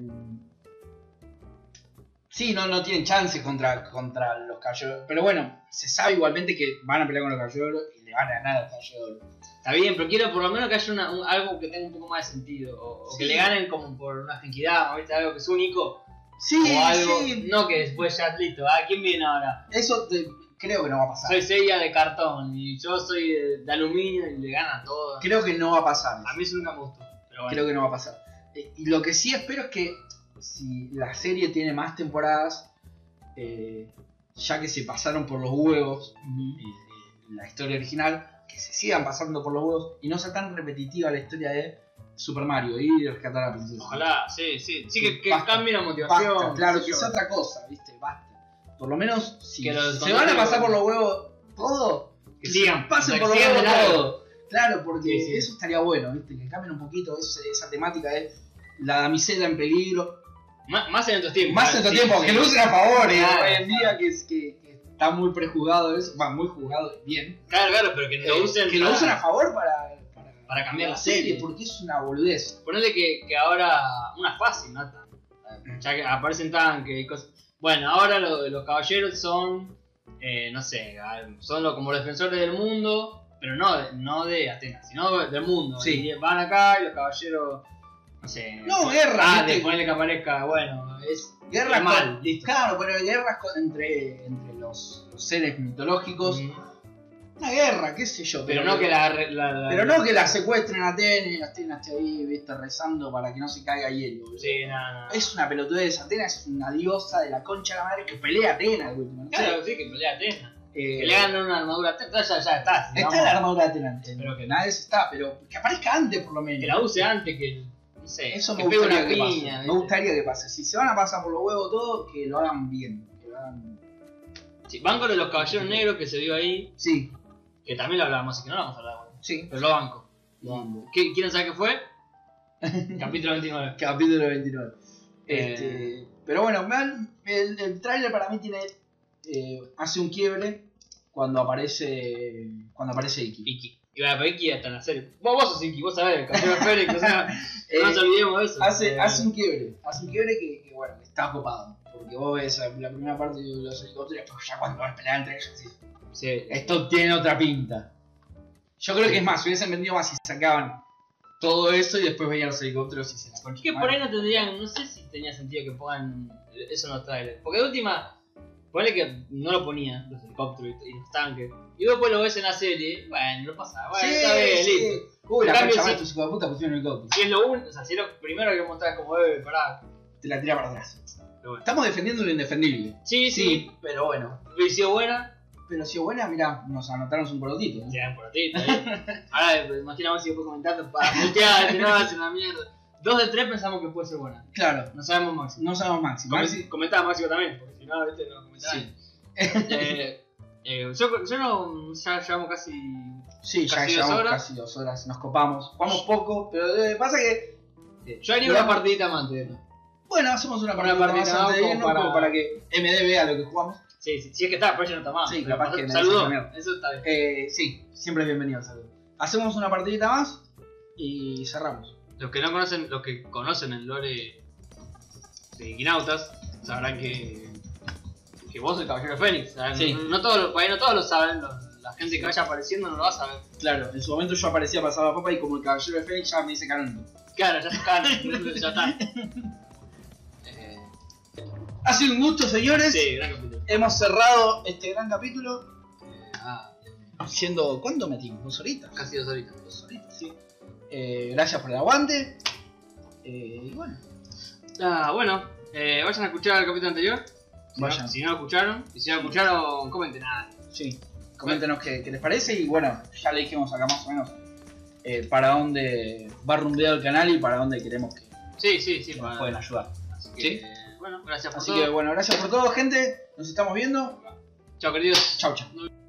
Sí, no, no tienen chances contra, contra los caballeros. Pero bueno, se sabe igualmente que van a pelear con los caballeros y le van a ganar a los caballeros. Está bien, pero quiero por lo menos que haya una- un- algo que tenga un poco más de sentido. O, o Sí. que le ganen como por una finquidad, ¿viste? algo que es único. Sí, o algo. sí. No que después ya listo. Ah, ¿quién viene ahora? Eso te- creo que no va a pasar. Soy Seiya de cartón y yo soy de, de aluminio y le gana todo. Creo que no va a pasar. A mí eso nunca me gustó. Pero bueno. Creo que no va a pasar. Eh, Y lo que sí espero es que si la serie tiene más temporadas, eh, ya que se pasaron por los huevos eh, eh, la historia original, que se sigan pasando por los huevos y no sea tan repetitiva la historia de Super Mario ir y rescatar a la princesa. Ojalá, sí, sí. Sí, que, que Basta. cambie la motivación. Basta, claro, qué que sé es yo. otra cosa, ¿viste? Basta. Por lo menos, si Que los se van a contenidos- pasar por los huevos todo, Que sigan, pasen que por los sigan huevos de largo. todo. Claro, porque Sí, sí. eso estaría bueno, ¿viste? Que cambien un poquito eso- esa temática de la damisela en peligro. Má- más en estos tiempos. Más en Sí, estos tiempos, sí. que lo usen a favor, eh, Claro, hoy en día claro. que, es- que- que está muy prejugado eso, va, muy jugado, bien. Claro, claro, pero que lo Eh, usen. que lo para- usen a favor para, Para cambiar la serie. porque es una boludez. Ponele que, que ahora. Una fácil, ¿no? Ya que aparecen tanques y cosas. Bueno, ahora lo- los caballeros son eh, no sé, a- son los- como los defensores del mundo, pero no, de- no de Atenas, sino del mundo. Sí. Y van acá y los caballeros, no sé. No, guerra, Ah, ¿viste? de ponerle que aparezca, bueno, es Guerras es mal, mal, listo. claro, pero guerras con- entre, entre los, los seres mitológicos. Mm. Una guerra, qué sé yo. Pero no que la, re- la- la- Pero no que la secuestren a Atenas y Atenas esté ahí, viste, rezando para que no se caiga hielo. boludo. Sí, nada. Es una pelotudez, Atenas es una diosa de la concha de la madre que pelea a Atenas, güey. no sé. Claro, sí, que pelea Atenas. Eh, Que le hagan una armadura a Atenas, ya, ya está. si Está vamos- la armadura de Atenas, Pero pero que que- nadie se está, pero que aparezca antes por lo menos. Que la use antes que. No sé. Eso me que pegue gustaría una que pase. piña, me ¿viste? gustaría que pase. Si se van a pasar por los huevos todo, que lo hagan bien. que lo hagan- Sí, banco de los caballeros negros que se vio ahí, Sí, que también lo hablamos, así que no lo vamos a hablar ahora. sí. Pero lo banco. ¿Qui- ¿Quieren saber qué [LAUGHS] fue? Capítulo 29. Capítulo 29. Eh. Este, pero bueno, man, el, el tráiler para mí tiene eh, hace un quiebre cuando aparece cuando aparece Iki. Iki. Y va, pero Iki hasta nacer. Vos, vos sos Iki, vos sabés, el caballero Félix, o sea, [LAUGHS] Eh, no nos olvidemos de eso. hace, Eh, hace un quiebre, hace un quiebre que, que, bueno, está copado. Porque vos ves la primera parte de los helicópteros, pero ya cuando van a pelear entre ellos, sí, Sí. esto tiene otra pinta. Yo creo que es más, hubiesen vendido más si sacaban todo eso y después veían los helicópteros y se la concha. Es que de por ahí madre. no tendrían, no sé si tenía sentido que pongan eso en los trailers. Porque de última, ponele que no lo ponían, los helicópteros y- y los tanques. Y vos después lo ves en la serie, bueno, lo pasa, bueno, está bien, listo. sí, sí. Uy, la En cambio, concha sí. madre, estos hijos de puta pusieron helicópteros. Si es lo único, o sea, si es lo primero que mostrás como bebé, pará. Te la tira para atrás. Pero bueno. Estamos defendiendo lo indefendible. Sí, sí, pero bueno. hubiera sido buena, Pero si buena, mirá, nos anotaron un pelotito. ¿eh? te dan por ti, está [LAUGHS] bien. Ahora, eh, imagina vos si después comentando para mutear, si no hacen la mierda. Dos de tres pensamos que puede ser buena. Claro, No sabemos máximo. no sabemos máximo. Comen- Comentaba Máximo también, porque si no, viste, no comentaba. Sí, Eh, eh, yo, yo no. Ya llevamos casi. sí ya Casi dos llevamos horas. casi dos horas, nos copamos. Jugamos poco, pero eh, pasa que. eh, Yo haría Bueno. una partidita más antes de esto. Bueno, hacemos una Una partida más partida antes de como irnos, como para- para que MD vea lo que jugamos. Sí, sí, sí, es que está, pero ya no está más. Sí, Pero capaz que me Saludó, desanimé. eso está bien. Eh, sí, siempre es bienvenido, saludo. Hacemos una partidita más y cerramos. Los que no conocen, los que conocen el lore de Guinautas, sabrán que, que vos sos el caballero Fénix. ¿saben? Sí. No, todos, lo- por ahí no todos lo saben, lo- la gente que vaya apareciendo no lo va a saber. Claro, en su momento yo aparecía pasaba papa y como el caballero de Fénix ya me hice canónico. Claro, ya [LAUGHS] está, ya está. Eh, Ha sido un gusto, señores. sí, gran capítulo. Hemos cerrado este gran capítulo. eh, Ah, Siendo, ¿cuánto metimos? ¿Dos horitas? casi dos horitas. Dos horitas, sí. Eh, gracias por el aguante. Eh, y bueno, Ah, bueno, eh, vayan a escuchar el capítulo anterior. Si no- Vayan. Si no lo escucharon, y si no lo escucharon, comenten ah, nada. sí. Coméntenos qué, qué les parece y bueno, ya le dijimos acá más o menos eh, para dónde va rumbeado el canal y para dónde queremos que, Sí, sí, sí. que para- nos pueden ayudar. así que, ¿Sí? Bueno, gracias por Así todo. que bueno, gracias por todo, gente. Nos estamos viendo. Chao, queridos. Chau, chau.